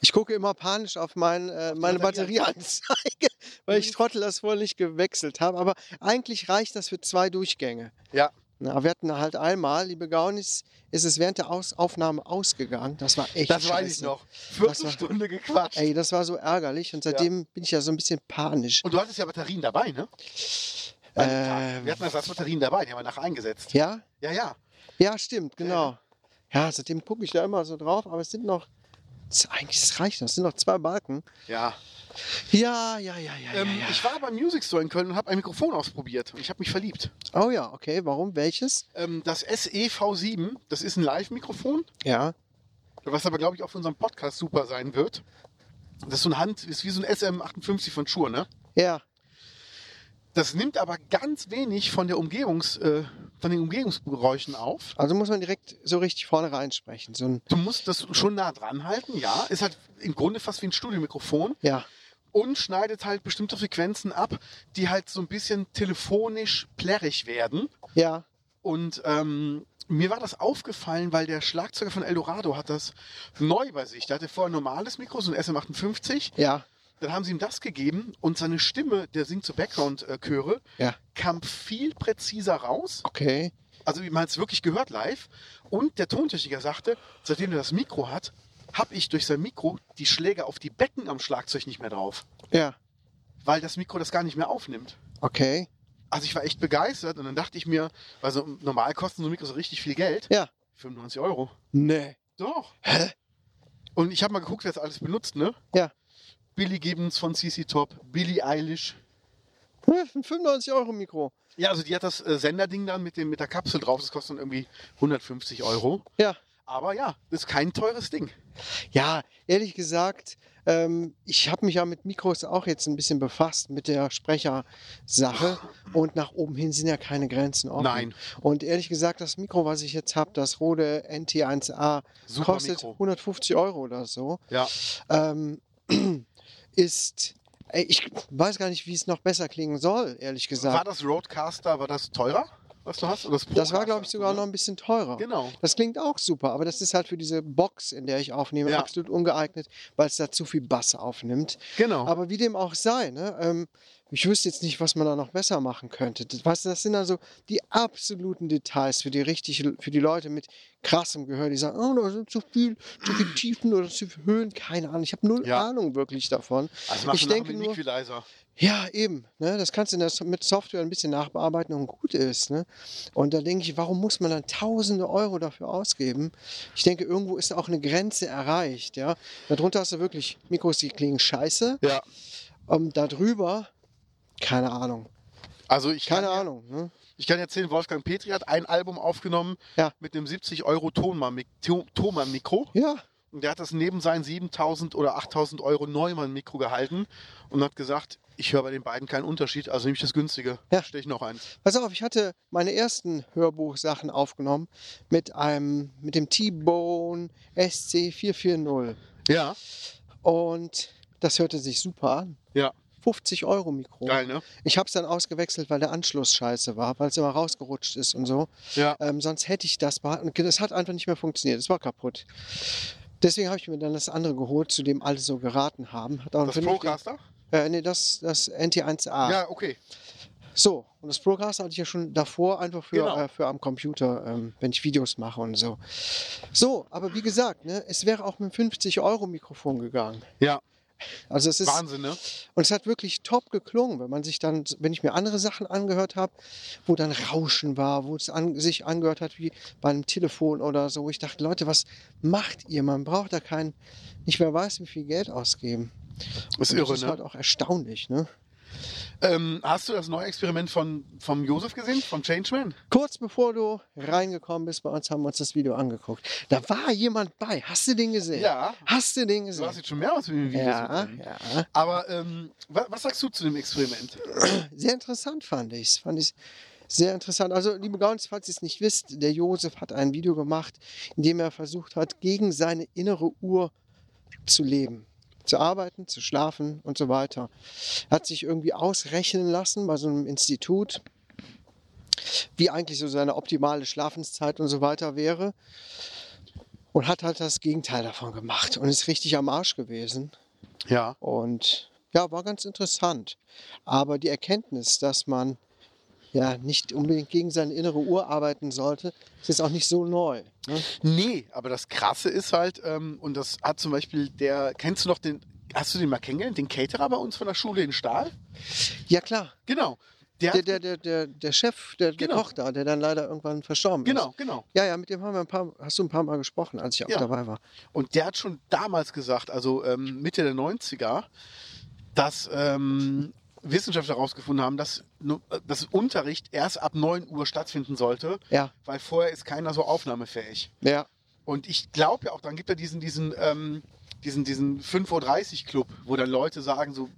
S1: Ich gucke immer panisch auf mein, äh, meine Batterieanzeige, weil
S2: Mhm.
S1: ich Trottel das wohl nicht gewechselt habe. Aber eigentlich reicht das für zwei Durchgänge.
S2: ja,
S1: Na, aber wir hatten halt einmal, liebe Gaunis, ist es während der Aus Aufnahme ausgegangen. Das war echt
S2: das
S1: scheiße.
S2: weiß ich noch.
S1: Das war-
S2: Viertelstunde gequatscht.
S1: Ey, das war so ärgerlich und seitdem bin ich ja so ein bisschen panisch.
S2: Und du hattest ja Batterien dabei, ne?
S1: Ähm.
S2: äh, Wir hatten Ersatzbatterien dabei, die haben wir nachher eingesetzt.
S1: Ja?
S2: Ja, ja.
S1: Ja, stimmt, genau. Ja, seitdem gucke ich da immer so drauf, aber es sind noch. es- Eigentlich es reicht noch, es sind noch zwei Balken.
S2: ja.
S1: Ja, ja, ja, ja,
S2: Ähm,
S1: ja,
S2: Ich war beim Music Store in Köln und habe ein Mikrofon ausprobiert. Und ich habe mich verliebt.
S1: ja. Oh ja, okay, warum? Welches?
S2: Ähm, das SEV7, das ist ein Live-Mikrofon,
S1: Ja.
S2: was aber, glaube ich, auch für unseren Podcast super sein wird. Das ist so ein Hand, ist wie so ein SM58 von Shure, ne?
S1: Ja.
S2: Das nimmt aber ganz wenig von, der Umgebungs, äh, von den Umgebungsgeräuschen auf.
S1: Also muss man direkt so richtig vorne reinsprechen. So ein,
S2: Du musst das schon nah dran halten, ja. Ist halt im Grunde fast wie ein Studiomikrofon
S1: ja,
S2: und schneidet halt bestimmte Frequenzen ab, die halt so ein bisschen telefonisch plärrig werden.
S1: ja,
S2: Und ähm, mir war das aufgefallen, weil der Schlagzeuger von Eldorado hat das neu bei sich. Der hatte vorher ein normales Mikro, so ein SM58.
S1: ja,
S2: Dann haben sie ihm das gegeben und seine Stimme, der singt so Background-Chöre,
S1: Ja.
S2: kam viel präziser raus.
S1: okay.
S2: Also man hat es wirklich gehört live. Und der Tontechniker sagte, seitdem er das Mikro hat, habe ich durch sein Mikro die Schläge auf die Becken am Schlagzeug nicht mehr drauf,
S1: Ja,
S2: weil das Mikro das gar nicht mehr aufnimmt.
S1: okay.
S2: Also ich war echt begeistert und dann dachte ich mir, weil so normal kosten so Mikros so richtig viel Geld.
S1: Ja.
S2: 95 Euro.
S1: Nee.
S2: Doch. Hä? Und ich habe mal geguckt, wer das alles benutzt, ne?
S1: Ja.
S2: Billy Gibbons von CC Top, Billie Eilish.
S1: Ein 95 Euro Mikro.
S2: Ja, also die hat das äh, Senderding dann mit, dem, mit der Kapsel drauf. Das kostet dann irgendwie 150 Euro.
S1: Ja.
S2: Aber ja, das ist kein teures Ding.
S1: Ja, ehrlich gesagt, ähm, ich habe mich ja mit Mikros auch jetzt ein bisschen befasst, mit der Sprechersache. Und nach oben hin sind ja keine Grenzen offen.
S2: Nein,
S1: Und ehrlich gesagt, das Mikro, was ich jetzt habe, das Rode NT1A,
S2: super
S1: kostet
S2: Mikro.
S1: 150 Euro oder so.
S2: Ja.
S1: Ähm, ist, ey, ich weiß gar nicht, wie es noch besser klingen soll, ehrlich
S2: War
S1: gesagt.
S2: das Roadcaster, war das teurer, was du hast? Oder das,
S1: Das war,
S2: Procaster,
S1: glaube ich, sogar noch
S2: oder?
S1: ein bisschen teurer.
S2: ne? Genau.
S1: Das klingt auch super, aber das ist halt für diese Box, in der ich aufnehme,
S2: Ja.
S1: absolut ungeeignet, weil es da zu viel Bass aufnimmt.
S2: Genau.
S1: Aber wie dem auch sei, ne? ähm, ich wüsste jetzt nicht, was man da noch besser machen könnte. Das, weißt du, das sind also die absoluten Details für die richtig, für die Leute mit krassem Gehör, die sagen, oh, da sind zu viel, zu viel Tiefen oder zu viel Höhen, keine Ahnung. Ich habe null
S2: Ja.
S1: Ahnung wirklich davon.
S2: also machst
S1: ich
S2: du nachher
S1: denke
S2: mit
S1: nur-
S2: Equalizer.
S1: Ja, eben. Ne? Das kannst du in der, So- mit Software ein bisschen nachbearbeiten und gut ist. Ne? Und da denke ich, warum muss man dann tausende Euro dafür ausgeben? Ich denke, irgendwo ist auch eine Grenze erreicht. Ja? Darunter hast du wirklich Mikros, die klingen scheiße.
S2: Ja.
S1: Um, darüber, keine Ahnung.
S2: Also ich
S1: Keine
S2: kann, ja-
S1: Ahnung. Ne?
S2: Ich kann erzählen, Wolfgang Petri hat ein Album aufgenommen
S1: Ja.
S2: mit einem 70 Euro Tonmann- To- Thomann-Mikro.
S1: Ja,
S2: Und der hat das neben sein 7000 oder 8000 Euro Neumann-Mikro gehalten und hat gesagt, ich höre bei den beiden keinen Unterschied, also nehme ich das günstige.
S1: Ja.
S2: Stehe ich noch eins.
S1: pass auf, ich hatte meine ersten Hörbuchsachen aufgenommen mit einem, mit dem T-Bone SC440.
S2: Ja.
S1: Und das hörte sich super an.
S2: Ja.
S1: 50 Euro Mikro.
S2: Geil, ne?
S1: Ich habe es dann ausgewechselt, weil der Anschluss scheiße war, weil es immer rausgerutscht ist und so.
S2: Ja.
S1: Ähm, sonst hätte ich das behalten. können. Es hat einfach nicht mehr funktioniert. Es war kaputt. Deswegen habe ich mir dann das andere geholt, zu dem alle so geraten haben. Hat auch einen
S2: Das
S1: vernünftigen-
S2: Procaster?
S1: Äh, nee, das, das NT1A.
S2: Ja, okay.
S1: So, und das Procaster hatte ich ja schon davor einfach für,
S2: Genau.
S1: äh, für am Computer, ähm, wenn ich Videos mache und so. So, aber wie gesagt, ne, es wäre auch mit einem 50-Euro-Mikrofon gegangen.
S2: Ja.
S1: Also es ist,
S2: Wahnsinn, ne?
S1: und es hat wirklich top geklungen, wenn man sich dann, wenn ich mir andere Sachen angehört habe, wo dann Rauschen war, wo es an, sich angehört hat wie bei einem Telefon oder so. wo Ich dachte, Leute, was macht ihr? Man braucht da kein, nicht mehr weiß, wie viel Geld ausgeben.
S2: Ist
S1: Und
S2: irre,
S1: das ist
S2: ne?
S1: halt auch erstaunlich, ne?
S2: Ähm, hast du das neue Experiment von vom Josef gesehen? Vom Changeman?
S1: Kurz bevor du reingekommen bist, bei uns haben wir uns das Video angeguckt. Da war jemand bei. Hast du den gesehen?
S2: Ja.
S1: Hast du den
S2: Du hast
S1: gesehen?
S2: jetzt schon mehrmals mit dem Video
S1: Ja, ja.
S2: Aber ähm, wa was sagst du zu dem Experiment?
S1: Sehr interessant fand ich es. Fand ich sehr interessant. Also, liebe Gauns, falls ihr es nicht wisst, der Josef hat ein Video gemacht, in dem er versucht hat, gegen seine innere Uhr zu leben. Zu arbeiten, zu schlafen und so weiter. Hat sich irgendwie ausrechnen lassen bei so einem Institut, wie eigentlich so seine optimale Schlafenszeit und so weiter wäre. Und hat halt das Gegenteil davon gemacht und ist richtig am Arsch gewesen.
S2: Ja.
S1: Und ja, war ganz interessant. Aber die Erkenntnis, dass man ja nicht unbedingt gegen seine innere Uhr arbeiten sollte, ist jetzt auch nicht so neu. Ne?
S2: Nee, aber das Krasse ist halt, ähm, und das hat zum Beispiel der, kennst du noch den, hast du den mal kennengelernt, den Caterer bei uns von der Schule in Stahl?
S1: Ja, klar.
S2: Genau. Der,
S1: Der,
S2: hat,
S1: der, der, der, der Chef, der, der
S2: Genau.
S1: Koch da, der dann leider irgendwann verstorben ist.
S2: genau, genau.
S1: Ja, ja, mit dem haben wir ein paar, hast du ein paar Mal gesprochen, als ich auch
S2: Ja.
S1: dabei war.
S2: Und der hat schon damals gesagt, also ähm, Mitte der 90er, dass ähm, Wissenschaftler herausgefunden haben, dass nu- äh, das Unterricht erst ab 9 Uhr stattfinden sollte,
S1: Ja,
S2: weil vorher ist keiner so aufnahmefähig.
S1: ja,
S2: Und ich glaube ja auch, dann gibt er diesen, diesen, ähm, diesen, diesen 5.30 Uhr Club, wo dann Leute sagen, so,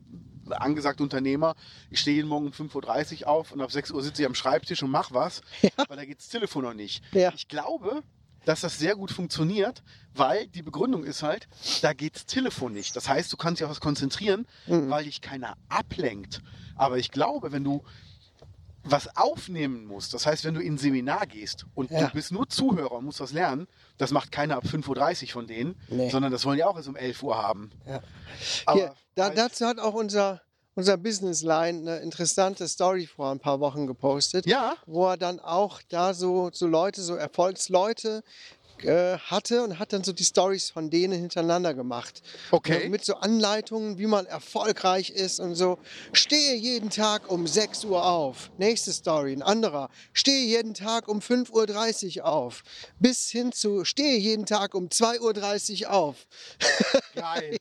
S2: angesagt Unternehmer. Ich stehe jeden Morgen um 5.30 Uhr auf und ab 6 Uhr sitze ich am Schreibtisch und mache was, weil da geht das Telefon noch nicht.
S1: Ja.
S2: Ich glaube, dass das sehr gut funktioniert, weil die Begründung ist halt, da geht das Telefon nicht. Das heißt, du kannst dich auf was konzentrieren,
S1: Mhm.
S2: weil dich keiner ablenkt. Aber ich glaube, wenn du was aufnehmen musst, das heißt, wenn du in ein Seminar gehst und
S1: Ja.
S2: du bist nur Zuhörer und musst was lernen, das macht keiner ab 5.30 Uhr von denen,
S1: Nee.
S2: sondern das wollen die auch erst um 11 Uhr haben.
S1: Ja.
S2: Aber
S1: Hier, da,
S2: halt-
S1: dazu hat auch unser, unser Business Line eine interessante Story vor ein paar Wochen gepostet,
S2: ja,
S1: wo er dann auch da so, so Leute, so Erfolgsleute äh, hatte und hat dann so die Stories von denen hintereinander gemacht.
S2: Okay.
S1: Und Mit so Anleitungen, wie man erfolgreich ist und so. Stehe jeden Tag um 6 Uhr auf. Nächste Story, ein anderer. Stehe jeden Tag um 5.30 Uhr auf. Bis hin zu, stehe jeden Tag um 2.30 Uhr auf.
S2: geil.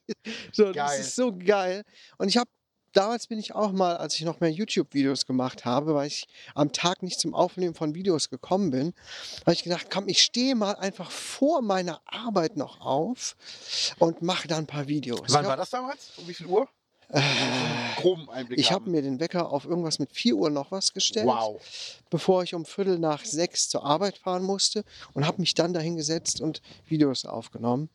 S1: So, Das
S2: Geil.
S1: ist so geil. Und ich habe, damals bin ich auch mal, als ich noch mehr YouTube-Videos gemacht habe, weil ich am Tag nicht zum Aufnehmen von Videos gekommen bin, habe ich gedacht, komm, ich stehe mal einfach vor meiner Arbeit noch auf und mache da ein paar Videos.
S2: Wann
S1: Ich
S2: war
S1: hab-
S2: das damals? Um wie viel Uhr? Einen groben Einblick
S1: Äh, Ich habe
S2: haben.
S1: mir den Wecker auf irgendwas mit 4 Uhr noch was gestellt,
S2: Wow.
S1: bevor ich um Viertel nach sechs zur Arbeit fahren musste und habe mich dann dahin gesetzt und Videos aufgenommen.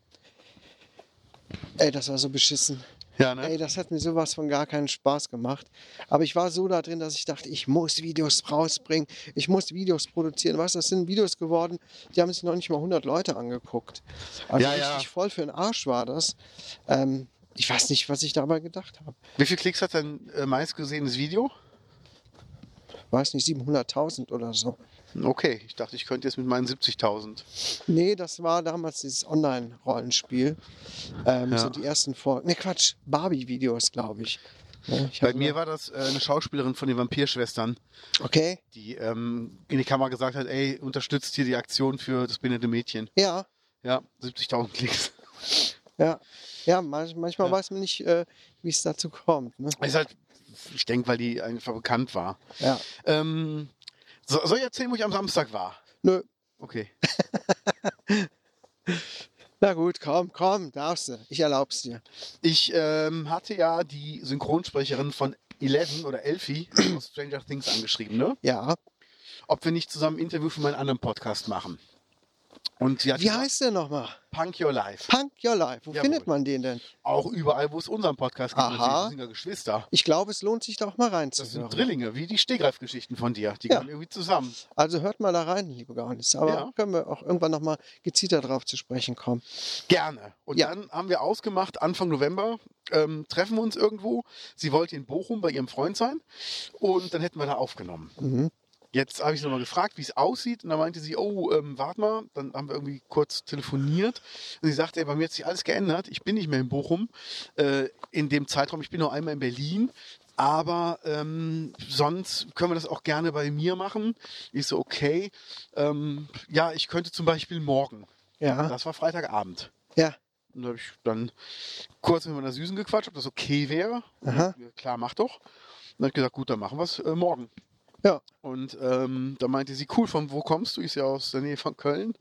S1: Ey, das war so beschissen.
S2: Ja, ne?
S1: Ey, das hat mir sowas von gar keinen Spaß gemacht. Aber ich war so da drin, dass ich dachte, ich muss Videos rausbringen, ich muss Videos produzieren. Weißt du, das sind Videos geworden, die haben sich noch nicht mal 100 Leute angeguckt. Also
S2: Ja, ja.
S1: richtig voll für den Arsch war das. Ähm, ich weiß nicht, was ich dabei gedacht habe.
S2: Wie viel Klicks hat dein äh, meistgesehenes Video?
S1: Weiß nicht, 700.000 oder so.
S2: Hm, Okay, ich dachte, ich könnte jetzt mit meinen 70.000.
S1: Nee, das war damals dieses Online-Rollenspiel. Ähm,
S2: Ja.
S1: So die ersten Folgen. Ne, Quatsch, Barbie-Videos, glaube ich. Ne, ich
S2: Bei
S1: hab
S2: mir
S1: immer-
S2: war das äh, eine Schauspielerin von den Vampirschwestern,
S1: Okay,
S2: die ähm, in die Kamera gesagt hat, ey, unterstützt hier die Aktion für das behinderte Mädchen.
S1: ja.
S2: Ja, 70.000 Klicks.
S1: Ja, ja manch, manchmal
S2: Ja.
S1: weiß man nicht, äh, wie es dazu kommt. Ne?
S2: Ist halt, ich denke, weil die einfach bekannt war.
S1: Ja.
S2: Ähm, so, soll ich erzählen, wo ich am Samstag war?
S1: Nö.
S2: Okay.
S1: Na gut, komm, komm, darfst du. Ich erlaub's dir.
S2: Ich ähm, hatte ja die Synchronsprecherin von Eleven oder Elfie aus Stranger Things angeschrieben, ne?
S1: Ja.
S2: Ob wir nicht zusammen ein Interview für meinen anderen Podcast machen. Und sie hat
S1: Wie heißt der nochmal?
S2: Punk Your Life.
S1: Punk Your Life. Wo
S2: Jawohl.
S1: findet man den denn?
S2: Auch überall, wo es unseren Podcast gibt.
S1: Aha.
S2: natürlich, Das sind ja Geschwister.
S1: Ich glaube, es lohnt sich da auch mal
S2: Das sind
S1: reinzuhören.
S2: Drillinge, wie die Stehgreifgeschichten von dir. Die
S1: Ja.
S2: gehören irgendwie zusammen.
S1: Also hört mal da rein, liebe Gaunis. Aber
S2: Ja.
S1: können wir auch irgendwann nochmal gezielter drauf zu sprechen kommen.
S2: Gerne. Und
S1: Ja.
S2: dann haben wir ausgemacht, Anfang November ähm, treffen wir uns irgendwo. Sie wollte in Bochum bei ihrem Freund sein und dann hätten wir da aufgenommen.
S1: Mhm.
S2: Jetzt habe ich sie nochmal gefragt, wie es aussieht und dann meinte sie, oh, ähm, warte mal. Dann haben wir irgendwie kurz telefoniert und sie sagte, ey, bei mir hat sich alles geändert. Ich bin nicht mehr in Bochum. Äh, in dem Zeitraum, ich bin noch einmal in Berlin. Aber ähm, sonst können wir das auch gerne bei mir machen. Ich so, okay. Ähm, ja, ich könnte zum Beispiel morgen.
S1: Ja.
S2: Das war Freitagabend.
S1: Ja.
S2: Und da habe ich dann kurz mit meiner Süßen gequatscht, ob das okay wäre.
S1: Aha.
S2: Ja, Klar, mach doch. Und dann habe ich gesagt, gut, dann machen wir es äh, morgen.
S1: Ja.
S2: Und ähm, da meinte sie, cool, von wo kommst du? Ich so, ja aus der Nähe von Köln.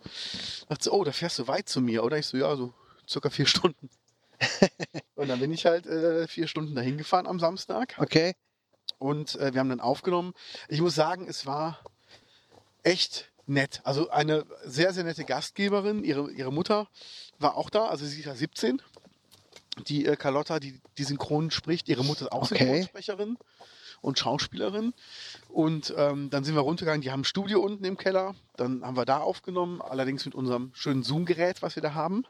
S2: Dachte sie, oh, da fährst du weit zu mir, oder? Ich so, ja, so circa vier Stunden. Und dann bin ich halt äh, vier Stunden dahin gefahren am Samstag
S1: Okay.
S2: und äh, wir haben dann aufgenommen. Ich muss sagen, es war echt nett. Also eine sehr, sehr nette Gastgeberin. Ihre, ihre Mutter war auch da, also sie ist ja 17. Die äh, Carlotta, die die Synchron spricht, ihre Mutter ist auch
S1: Okay.
S2: Synchronsprecherin und Schauspielerin. Und ähm, dann sind wir runtergegangen, die haben ein Studio unten im Keller. Dann haben wir da aufgenommen, allerdings mit unserem schönen Zoom-Gerät, was wir da haben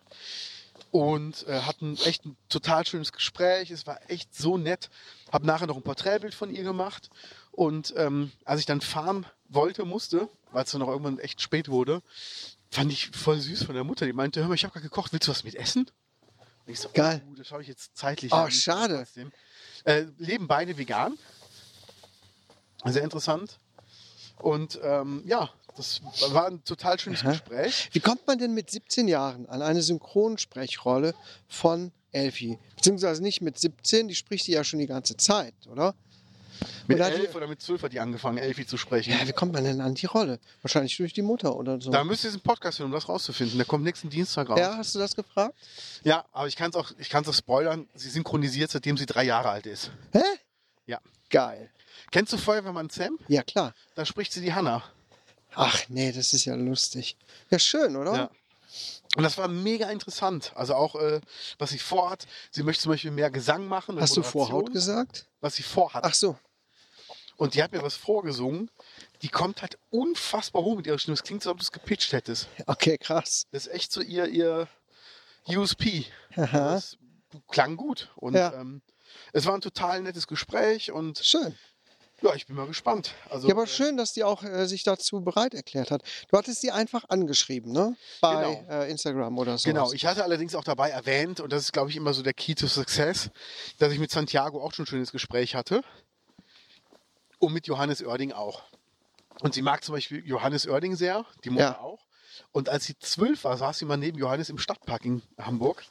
S2: und äh, hatten echt ein total schönes Gespräch. Es war echt so nett. Habe nachher noch ein Porträtbild von ihr gemacht. Und ähm, als ich dann fahren wollte, musste, weil es dann noch irgendwann echt spät wurde, fand ich voll süß von der Mutter. Die meinte, hör mal, ich habe gerade gekocht, willst du was mit essen? Und ich so,
S1: Geil.
S2: Oh, das habe ich jetzt zeitlich.
S1: Oh,
S2: leider nicht.
S1: schade.
S2: Trotzdem. Äh, leben beide vegan. Sehr interessant. Und ähm, ja, das war ein total schönes
S1: Aha.
S2: Gespräch.
S1: Wie kommt man denn mit 17 Jahren an eine Synchronsprechrolle von Elfie? Beziehungsweise nicht mit 17, die spricht die ja schon die ganze Zeit, oder?
S2: Mit
S1: Oder hat die-
S2: elf oder mit zwölf hat die angefangen, Elfi zu sprechen.
S1: Ja, wie kommt man denn an die Rolle? Wahrscheinlich durch die Mutter oder so.
S2: Da müsst ihr diesen Podcast hören, um das rauszufinden. Der kommt nächsten Dienstag raus.
S1: ja, hast du das gefragt?
S2: Ja, aber ich kann es auch, ich kann's auch spoilern. Sie synchronisiert, seitdem sie drei Jahre alt ist.
S1: Hä?
S2: Ja.
S1: Geil.
S2: Kennst du Feuerwehrmann Sam?
S1: Ja, klar.
S2: Da spricht sie die Hanna.
S1: Ach nee, das ist ja lustig. Ja, schön, oder?
S2: Ja. Und das war mega interessant. Also auch, äh, was sie vorhat. Sie möchte zum Beispiel mehr Gesang machen. und
S1: Hast du
S2: Moderation,
S1: Vorhaut gesagt?
S2: Was sie vorhat.
S1: Ach so.
S2: Und die hat mir was vorgesungen. Die kommt halt unfassbar hoch mit ihrer Stimme. Es klingt so, als ob du es gepitcht hättest.
S1: Okay, krass.
S2: Das ist echt so ihr, ihr USP.
S1: Aha.
S2: Das Also klang gut. Und
S1: Ja.
S2: ähm, es war ein total nettes Gespräch und
S1: Schön.
S2: ja, ich bin mal gespannt. Also,
S1: Ja, aber
S2: äh,
S1: schön, dass die auch äh, sich dazu bereit erklärt hat. Du hattest sie einfach angeschrieben, ne? Bei
S2: Genau.
S1: äh, Instagram oder so.
S2: Genau, ich hatte allerdings auch dabei erwähnt, und das ist, glaube ich, immer so der Key to Success, dass ich mit Santiago auch schon ein schönes Gespräch hatte und mit Johannes Oerding auch. Und sie mag zum Beispiel Johannes Oerding sehr, die Mutter
S1: Ja.
S2: auch. Und als sie zwölf war, saß sie mal neben Johannes im Stadtpark in Hamburg,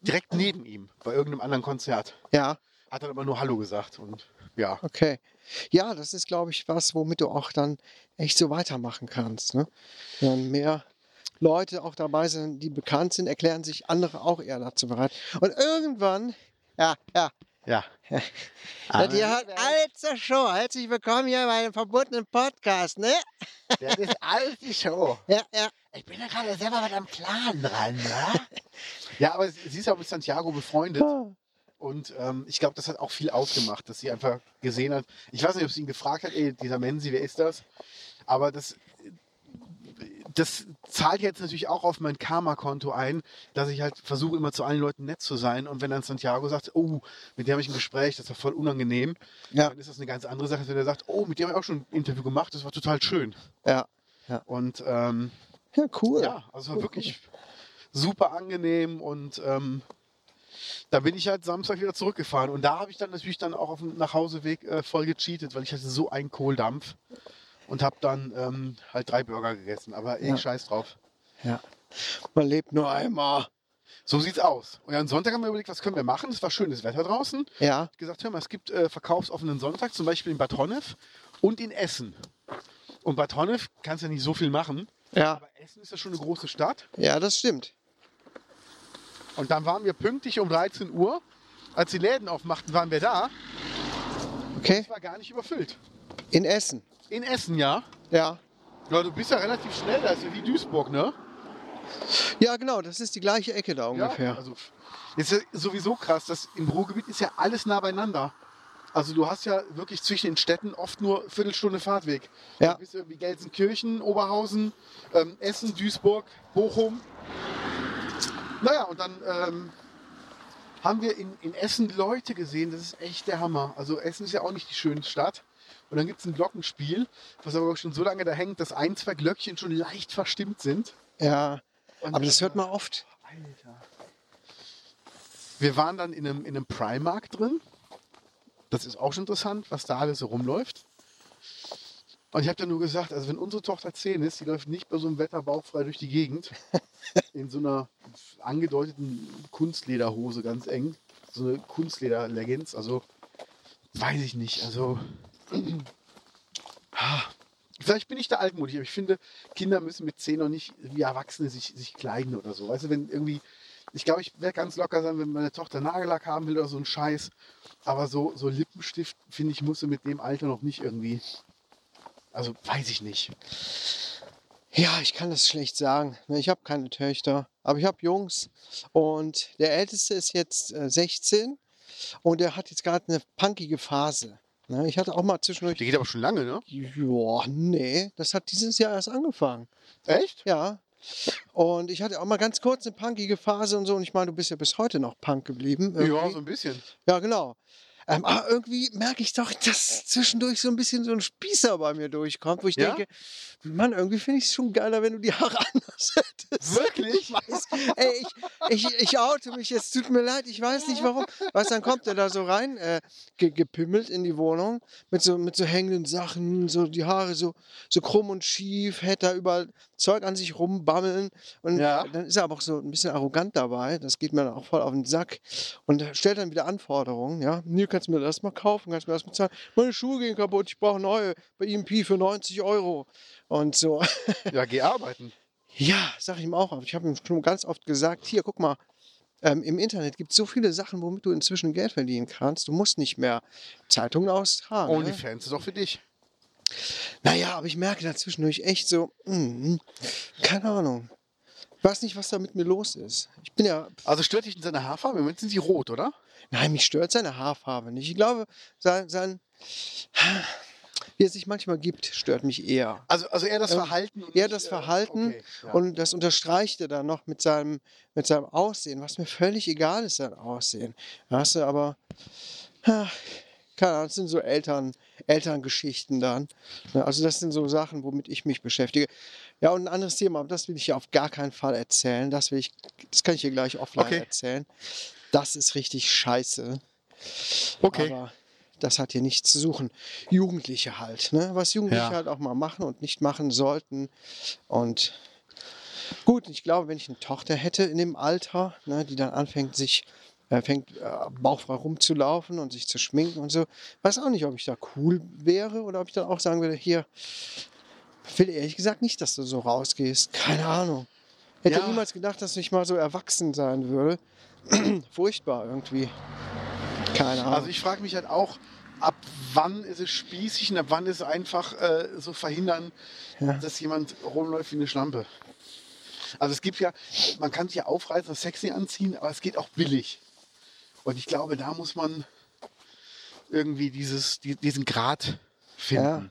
S2: direkt neben ihm, bei irgendeinem anderen Konzert.
S1: Ja,
S2: Hat dann immer nur Hallo gesagt und ja.
S1: okay. Ja, das ist, glaube ich, was, womit du auch dann echt so weitermachen kannst, ne? Wenn Dann mehr Leute auch dabei sind, die bekannt sind, erklären sich andere auch eher dazu bereit. Und irgendwann, ja, ja,
S2: Ja.
S1: Ja, die hat alles zur Show. Herzlich willkommen hier bei dem verbotenen Podcast, ne?
S2: das ist alles die Show.
S1: Ja, ja.
S2: Ich bin ja gerade selber mit einem Plan dran, ne? ja, aber sie ist ja mit Santiago befreundet und ähm, ich glaube, das hat auch viel ausgemacht, dass sie einfach gesehen hat. Ich weiß nicht, ob sie ihn gefragt hat, ey, dieser Menzi, wer ist das? Aber das, das zahlt jetzt natürlich auch auf mein Karma-Konto ein, dass ich halt versuche, immer zu allen Leuten nett zu sein. Und wenn dann Santiago sagt, oh, mit dem habe ich ein Gespräch, das war voll unangenehm,
S1: Ja,
S2: dann ist das eine ganz andere Sache, als wenn er sagt, oh, mit dem habe ich auch schon ein Interview gemacht, das war total schön.
S1: ja.
S2: Und ähm,
S1: Ja, cool.
S2: ja, also es war wirklich super angenehm und ähm, da bin ich halt Samstag wieder zurückgefahren und da habe ich dann natürlich dann auch auf dem Nachhauseweg äh, voll gecheatet, weil ich hatte so einen Kohldampf und habe dann ähm, halt drei Burger gegessen, aber ey,
S1: Ja.
S2: scheiß drauf.
S1: Ja. Man lebt nur einmal.
S2: So sieht's aus. Und am Sonntag haben wir überlegt, was können wir machen? Es war schönes Wetter draußen.
S1: Ja,
S2: gesagt, hör mal, es gibt äh, verkaufsoffenen Sonntag, zum Beispiel in Bad Honnef und in Essen. Und Bad Honnef kannst ja nicht so viel machen,
S1: ja.
S2: aber Essen ist ja schon eine große Stadt.
S1: Ja, das stimmt.
S2: Und dann waren wir pünktlich um 13 Uhr. Als die Läden aufmachten, waren wir da.
S1: Okay.
S2: Es war gar nicht überfüllt.
S1: In Essen.
S2: In Essen, ja.
S1: Ja.
S2: Ja, du bist ja relativ schnell, da ist ja wie Duisburg, ne?
S1: Ja, genau. Das ist die gleiche Ecke da
S2: Ja,
S1: ungefähr.
S2: also, ist ja sowieso krass, dass im Ruhrgebiet ist ja alles nah beieinander. Also du hast ja wirklich zwischen den Städten oft nur Viertelstunde Fahrtweg.
S1: Ja.
S2: Du bist irgendwie Gelsenkirchen, Oberhausen, ähm, Essen, Duisburg, Bochum. Naja, und dann ähm, haben wir in, in Essen Leute gesehen, das ist echt der Hammer. Also Essen ist ja auch nicht die schöne Stadt. Und dann gibt es ein Glockenspiel, was aber schon so lange da hängt, dass ein, zwei Glöckchen schon leicht verstimmt sind.
S1: ja.
S2: Und
S1: Aber das
S2: dann-
S1: hört man oft.
S2: Alter. Wir waren dann in einem, in einem Primark drin. Das ist auch schon interessant, was da alles so rumläuft. Und ich habe dann nur gesagt, also wenn unsere Tochter 10 ist, die läuft nicht bei so einem Wetter bauchfrei durch die Gegend. In so einer angedeuteten Kunstlederhose ganz eng. So eine Kunstleder-Leggings. Also weiß ich nicht. Also ah, vielleicht bin ich da altmodisch, aber ich finde, Kinder müssen mit 10 noch nicht wie Erwachsene sich, sich kleiden oder so. Weißt du, wenn irgendwie, ich glaube, ich werde ganz locker sein, wenn meine Tochter Nagellack haben will oder so ein Scheiß. Aber so, so Lippenstift, finde ich, musst du mit dem Alter noch nicht irgendwie. Also weiß ich nicht.
S1: Ja, ich kann das schlecht sagen. ne, Ich habe keine Töchter, aber ich habe Jungs. Und der Älteste ist jetzt äh, 16 und er hat jetzt gerade eine punkige Phase. ne, Ich hatte auch mal zwischendurch
S2: Die geht aber schon lange, ne?
S1: Ja, nee, das hat dieses Jahr erst angefangen.
S2: Echt?
S1: Ja. Und ich hatte auch mal ganz kurz eine punkige Phase und so. Und ich meine, du bist ja bis heute noch punk geblieben.
S2: Ja,
S1: irgendwie.
S2: so ein bisschen.
S1: ja genau. Ähm, aber irgendwie merke ich doch, dass zwischendurch so ein bisschen so ein Spießer bei mir durchkommt, wo ich
S2: Ja?
S1: denke, Mann, irgendwie finde ich es schon geiler, wenn du die Haare anders hättest.
S2: Wirklich?
S1: Weiß, ey, ich, ich, ich oute mich, es tut mir leid, ich weiß nicht warum. Was dann kommt er da so rein, äh, ge gepimmelt in die Wohnung, mit so, mit so hängenden Sachen, so die Haare so, so krumm und schief, hätte da überall Zeug an sich rumbammeln. Und
S2: Ja.
S1: dann ist er aber auch so ein bisschen arrogant dabei, das geht mir dann auch voll auf den Sack. Und stellt dann wieder Anforderungen, ja. Hier kannst du kannst du mir das mal kaufen, kannst du mir das mal zahlen. Meine Schuhe gehen kaputt, ich brauche neue bei EMP für 90 Euro. Und so.
S2: Ja, geh arbeiten.
S1: Ja, sag ich ihm auch. Aber ich habe ihm schon ganz oft gesagt, hier, guck mal, ähm, im Internet gibt es so viele Sachen, womit du inzwischen Geld verdienen kannst. Du musst nicht mehr Zeitungen austragen. ne?
S2: OnlyFans ist auch für dich.
S1: Naja, aber ich merke dazwischen durch echt so, mm, keine Ahnung. Ich weiß nicht, was da mit mir los ist. Ich bin ja,
S2: Also stört dich in seiner Haarfarbe? Im Moment sind sie rot, oder?
S1: nein, mich stört seine Haarfarbe nicht. Ich glaube, sein, sein wie er sich manchmal gibt, stört mich eher.
S2: Also, also eher das
S1: Ähm,
S2: Verhalten. und
S1: eher
S2: nicht,
S1: das
S2: äh,
S1: Verhalten
S2: okay, ja.
S1: Und das unterstreicht er dann noch mit seinem, mit seinem Aussehen, was mir völlig egal ist, sein Aussehen. Weißt du, aber, ach, keine Ahnung, das sind so Eltern, Elterngeschichten dann. Ne, Also das sind so Sachen, womit ich mich beschäftige. Ja, und ein anderes Thema, aber das will ich hier auf gar keinen Fall erzählen. Das, will ich, das kann ich hier gleich offline
S2: Okay.
S1: erzählen. Das ist richtig scheiße.
S2: okay.
S1: Aber das hat hier nichts zu suchen. Jugendliche halt, ne? was Jugendliche
S2: Ja.
S1: halt auch mal machen und nicht machen sollten. Und gut, ich glaube, wenn ich eine Tochter hätte in dem Alter, ne, die dann anfängt, sich äh, fängt äh, bauchfrei rumzulaufen und sich zu schminken und so, weiß auch nicht, ob ich da cool wäre oder ob ich dann auch sagen würde, hier, ich will ehrlich gesagt nicht, dass du so rausgehst. Keine Ahnung. Hätte
S2: Ja.
S1: niemals gedacht, dass ich mal so erwachsen sein würde. Furchtbar irgendwie. Keine Ahnung.
S2: Also ich frage mich halt auch, ab wann ist es spießig und ab wann ist es einfach äh, so verhindern,
S1: Ja.
S2: dass jemand rumläuft wie eine Schlampe. Also es gibt ja, man kann sich ja aufreißen, und sexy anziehen, aber es geht auch billig. Und ich glaube, da muss man irgendwie dieses, die, diesen Grad finden.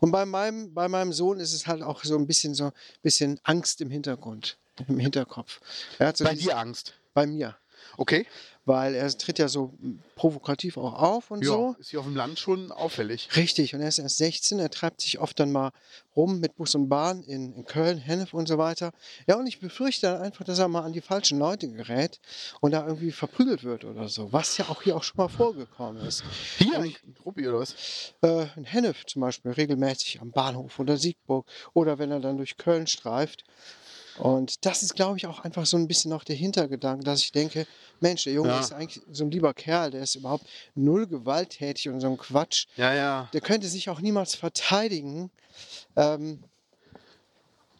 S1: Und bei meinem, bei meinem Sohn ist es halt auch so ein bisschen so bisschen Angst im Hintergrund, im Hinterkopf. Er hat so
S2: Bei
S1: dieses-
S2: dir Angst.
S1: Bei mir.
S2: Okay.
S1: Weil er tritt ja so provokativ auch auf und
S2: Ja,
S1: so.
S2: ist hier auf dem Land schon auffällig.
S1: Richtig, und er ist erst 16, er treibt sich oft dann mal rum mit Bus und Bahn in, in Köln, Hennef und so weiter. Ja, und ich befürchte dann einfach, dass er mal an die falschen Leute gerät und da irgendwie verprügelt wird oder so, was ja auch hier auch schon mal vorgekommen ist.
S2: Hier, ein Ruppi oder was?
S1: äh, in Hennef zum Beispiel regelmäßig am Bahnhof oder Siegburg oder wenn er dann durch Köln streift. Und das ist, glaube ich, auch einfach so ein bisschen auch der Hintergedanke, dass ich denke, Mensch, der Junge
S2: Ja.
S1: ist eigentlich so ein lieber Kerl, der ist überhaupt null gewalttätig und so ein Quatsch.
S2: Ja, ja.
S1: Der könnte sich auch niemals verteidigen. Ähm,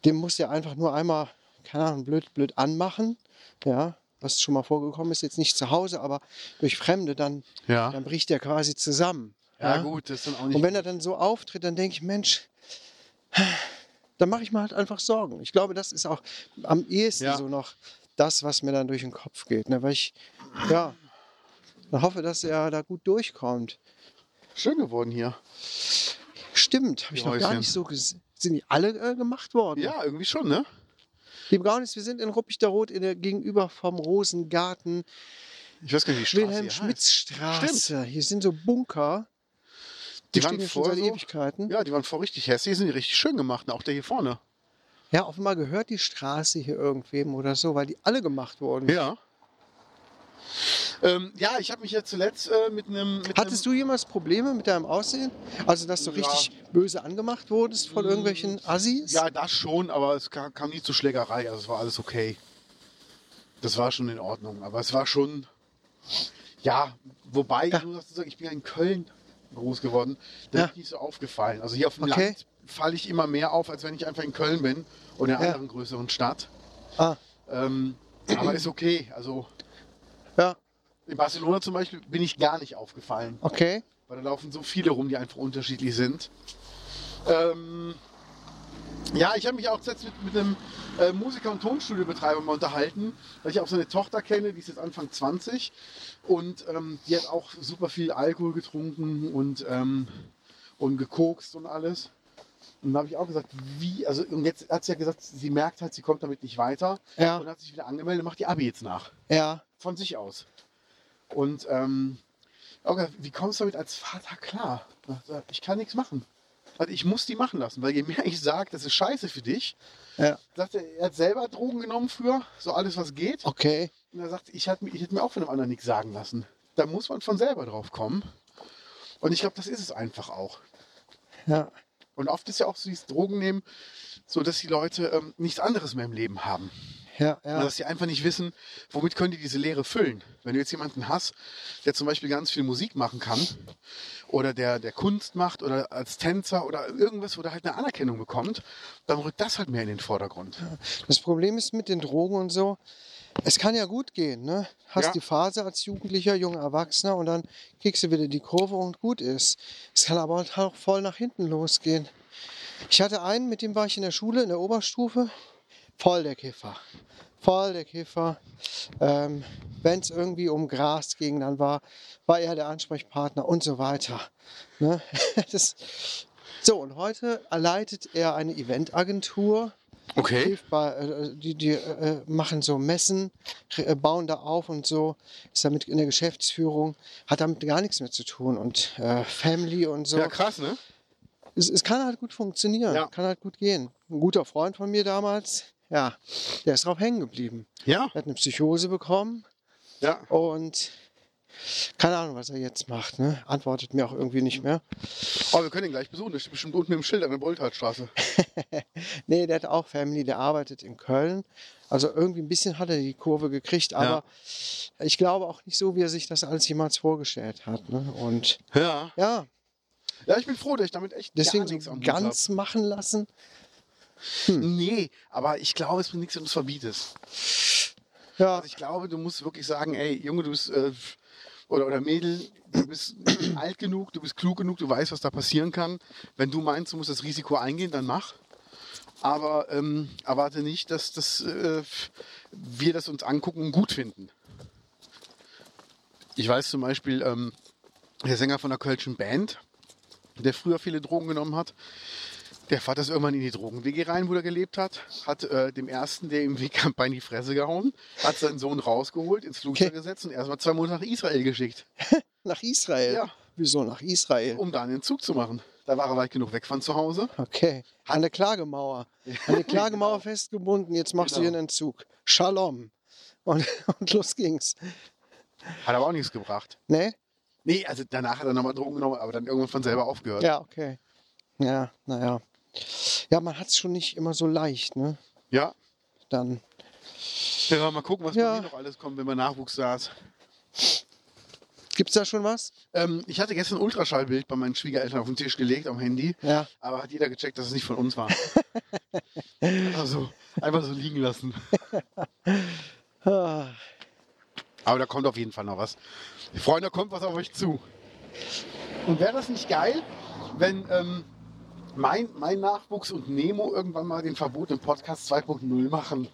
S1: dem muss ja einfach nur einmal, keine Ahnung, blöd, blöd anmachen. Ja, was schon mal vorgekommen ist, jetzt nicht zu Hause, aber durch Fremde, dann,
S2: Ja,
S1: dann bricht er quasi zusammen.
S2: ja gut, das ist dann auch nicht.
S1: Und wenn er dann so auftritt, dann denke ich, Mensch, dann mache ich mir halt einfach Sorgen. Ich glaube, das ist auch am ehesten
S2: Ja.
S1: so noch das, was mir dann durch den Kopf geht. Ne? Weil ich, ja, dann hoffe, dass er da gut durchkommt.
S2: Schön geworden hier.
S1: Stimmt, habe ich
S2: Die
S1: noch gar
S2: Häuschen.
S1: nicht so gesehen. Sind die alle äh, gemacht worden?
S2: Ja, irgendwie schon, ne?
S1: Liebe Gaunis, wir sind in Ruppichterroth in der, gegenüber vom Rosengarten,
S2: Ich weiß gar nicht, wie die Straße hier heißt.
S1: Wilhelm-Schmitz-Straße. Hier sind so Bunker.
S2: Die
S1: Die,
S2: waren
S1: stehen hier schon
S2: vor
S1: seit
S2: so-
S1: Ewigkeiten.
S2: Ja, die waren voll richtig hässlich, die sind richtig schön gemacht, ne? auch der hier vorne.
S1: Ja, offenbar gehört die Straße hier irgendwem oder so, weil die alle gemacht wurden.
S2: Ja. Ähm, ja, ich habe mich ja zuletzt äh, mit einem. Mit
S1: Hattest du jemals Probleme mit deinem Aussehen? Also, dass du
S2: Ja. Hm.
S1: richtig böse angemacht wurdest von irgendwelchen Assis?
S2: Ja, das schon, aber es kam, kam nie zur Schlägerei, also es war alles okay. Das war schon in Ordnung, aber es war schon. Ja, wobei,
S1: Ja.
S2: ich muss dazu sagen, ich bin ja in Köln groß geworden, da
S1: Ja.
S2: ist nicht so aufgefallen. Also hier auf dem
S1: Okay.
S2: Land falle ich immer mehr auf, als wenn ich einfach in Köln bin oder in einer
S1: Ja.
S2: anderen größeren Stadt.
S1: Ah,
S2: Ähm, aber ist okay, also.
S1: ja,
S2: In Barcelona zum Beispiel bin ich gar nicht aufgefallen,
S1: okay.
S2: weil da laufen so viele rum, die einfach unterschiedlich sind. Ähm, ja, ich habe mich auch jetzt mit, mit einem äh, Musiker und Tonstudiobetreiber mal unterhalten, weil ich auch seine Tochter kenne, die ist jetzt Anfang 20 und ähm, die hat auch super viel Alkohol getrunken und, ähm, und gekokst und alles. Und da habe ich auch gesagt, wie, also und jetzt hat sie ja gesagt, sie merkt halt, sie kommt damit nicht weiter
S1: Ja,
S2: und hat sich wieder angemeldet, macht die Abi jetzt nach
S1: ja.
S2: von sich aus. Und ähm, okay, wie kommst du damit als Vater klar? Ich kann nichts machen. Also ich muss die machen lassen, weil je mehr ich sage, das ist scheiße für dich,
S1: Ja,
S2: sagt er, er hat selber Drogen genommen früher, so alles was geht.
S1: okay.
S2: Und er sagt, ich hätte ich hätt mir auch von einem anderen nichts sagen lassen. Da muss man von selber drauf kommen. Und ich glaube, das ist es einfach auch.
S1: Ja,
S2: Und oft ist ja auch so dieses Drogennehmen, so dass die Leute ähm, nichts anderes mehr im Leben haben.
S1: Ja,
S2: Oder
S1: ja.
S2: dass sie einfach nicht wissen, womit können die diese Leere füllen. Wenn du jetzt jemanden hast, der zum Beispiel ganz viel Musik machen kann oder der, der Kunst macht oder als Tänzer oder irgendwas, wo der halt eine Anerkennung bekommt, dann rückt das halt mehr in den Vordergrund.
S1: Das Problem ist mit den Drogen und so, es kann ja gut gehen, ne? Hast
S2: Ja.
S1: die Phase als Jugendlicher, junger Erwachsener und dann kriegst du wieder die Kurve und gut ist. Es kann aber halt auch voll nach hinten losgehen. Ich hatte einen, mit dem war ich in der Schule, in der Oberstufe, voll der Kiffer. Voll der Kiffer. Ähm, Wenn es irgendwie um Gras ging, dann war, war er der Ansprechpartner und so weiter. Ne? Das, so, und heute leitet er eine Eventagentur
S2: Okay.
S1: aktiv bei, äh, die, die äh, machen so Messen, re- äh, bauen da auf und so, ist damit in der Geschäftsführung, hat damit gar nichts mehr zu tun und äh, Family und so.
S2: Ja, krass, ne?
S1: es, es kann halt gut funktionieren,
S2: Ja.
S1: kann halt gut gehen. Ein guter Freund von mir damals, ja, der ist drauf hängen geblieben.
S2: Ja,
S1: Er hat eine Psychose bekommen
S2: ja.
S1: und keine Ahnung, was er jetzt macht, ne? Antwortet mir auch irgendwie nicht mehr.
S2: Oh, wir können ihn gleich besuchen. Der steht bestimmt unten im Schild an der Bolthardstraße.
S1: Nee, der hat auch Family, der arbeitet in Köln. Also irgendwie ein bisschen hat er die Kurve gekriegt, aber ich glaube auch nicht so, wie er sich das alles jemals vorgestellt hat. Ne? Und
S2: Ja.
S1: ja,
S2: Ja, ich bin froh, dass ich damit echt
S1: deswegen
S2: gar nichts
S1: so
S2: am Hut
S1: ganz machen lassen.
S2: hab. Nee, aber ich glaube, es bringt nichts, wenn du es verbietest.
S1: Ja,
S2: Also ich glaube, du musst wirklich sagen, ey, Junge, du bist äh, oder, oder Mädel, du bist alt genug, du bist klug genug, du weißt, was da passieren kann. Wenn du meinst, du musst das Risiko eingehen, dann mach. Aber ähm, erwarte nicht, dass das, äh, wir das uns angucken und gut finden. Ich weiß zum Beispiel, ähm, der Sänger von der Kölschen Band, der früher viele Drogen genommen hat, der Vater ist irgendwann in die Drogen-WG rein, wo er gelebt hat, hat äh, dem ersten, der im Weg kam, Bein in die Fresse gehauen, hat seinen Sohn rausgeholt, ins Flugzeug
S1: Okay.
S2: gesetzt und erstmal zwei Monate nach Israel geschickt,
S1: nach Israel.
S2: Ja.
S1: Wieso nach Israel?
S2: um da einen Entzug zu machen. Da war er weit genug weg von zu Hause.
S1: Okay, an der Klagemauer. An der Klagemauer festgebunden, jetzt machst du
S2: Genau.
S1: hier einen Entzug. Shalom. Und, und los ging's.
S2: Hat aber auch nichts gebracht.
S1: Ne?
S2: Nee, also danach hat er nochmal Drogen genommen, aber dann irgendwann von selber aufgehört.
S1: Ja, okay. Ja, naja. Ja, man hat es schon nicht immer so leicht, ne?
S2: Ja.
S1: Dann
S2: ja. Mal gucken, was
S1: Ja.
S2: bei mir noch alles kommt, wenn man Nachwuchs saß.
S1: Gibt's da schon was?
S2: Ähm, ich hatte gestern ein Ultraschallbild bei meinen Schwiegereltern auf den Tisch gelegt am Handy,
S1: Ja.
S2: aber hat jeder gecheckt, dass es nicht von uns war. also einfach so liegen lassen.
S1: Ah,
S2: Aber da kommt auf jeden Fall noch was. Freunde, kommt was auf euch zu. Und wäre das nicht geil, wenn ähm, mein, mein Nachwuchs und Nemo irgendwann mal den verbotenen Podcast 2.0 machen?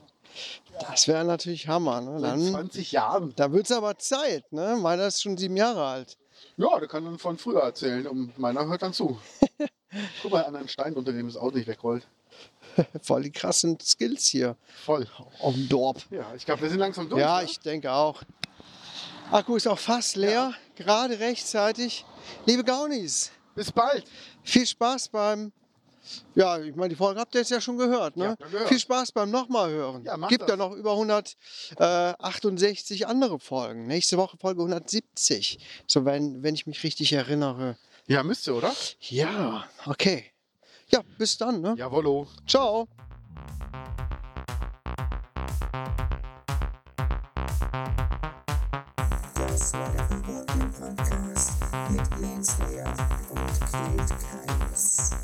S1: Das wäre natürlich Hammer, ne?
S2: Seit
S1: Dann,
S2: 20 Jahren.
S1: dann wird's aber Zeit, ne? Meiner ist schon sieben Jahre alt.
S2: Ja, der kann dann von früher erzählen und meiner hört dann zu. Guck mal an einen Stein, unter dem das Auto nicht wegrollt.
S1: Voll die krassen Skills hier
S2: Voll.
S1: auf dem Dorf.
S2: Ja, ich glaube, wir sind langsam durch.
S1: Ja,
S2: ne?
S1: ich denke auch. Akku ist auch fast leer, gerade rechtzeitig. Liebe Gaunis,
S2: Bis bald.
S1: viel Spaß beim. Ja, ich meine, die Folge habt ihr jetzt ja schon gehört,
S2: Ja,
S1: ne?
S2: habt ihr gehört.
S1: Viel Spaß beim nochmal hören.
S2: Ja, macht
S1: Gibt
S2: das.
S1: ja noch über 168 andere Folgen. Nächste Woche Folge 170, so wenn, wenn ich mich richtig erinnere.
S2: Ja, müsste, oder?
S1: Ja, okay. Ja, bis dann, ne?
S2: Jawollo.
S1: Ciao.
S3: Das war der Verboten Podcast mit Jens Lehr und Kate Keines.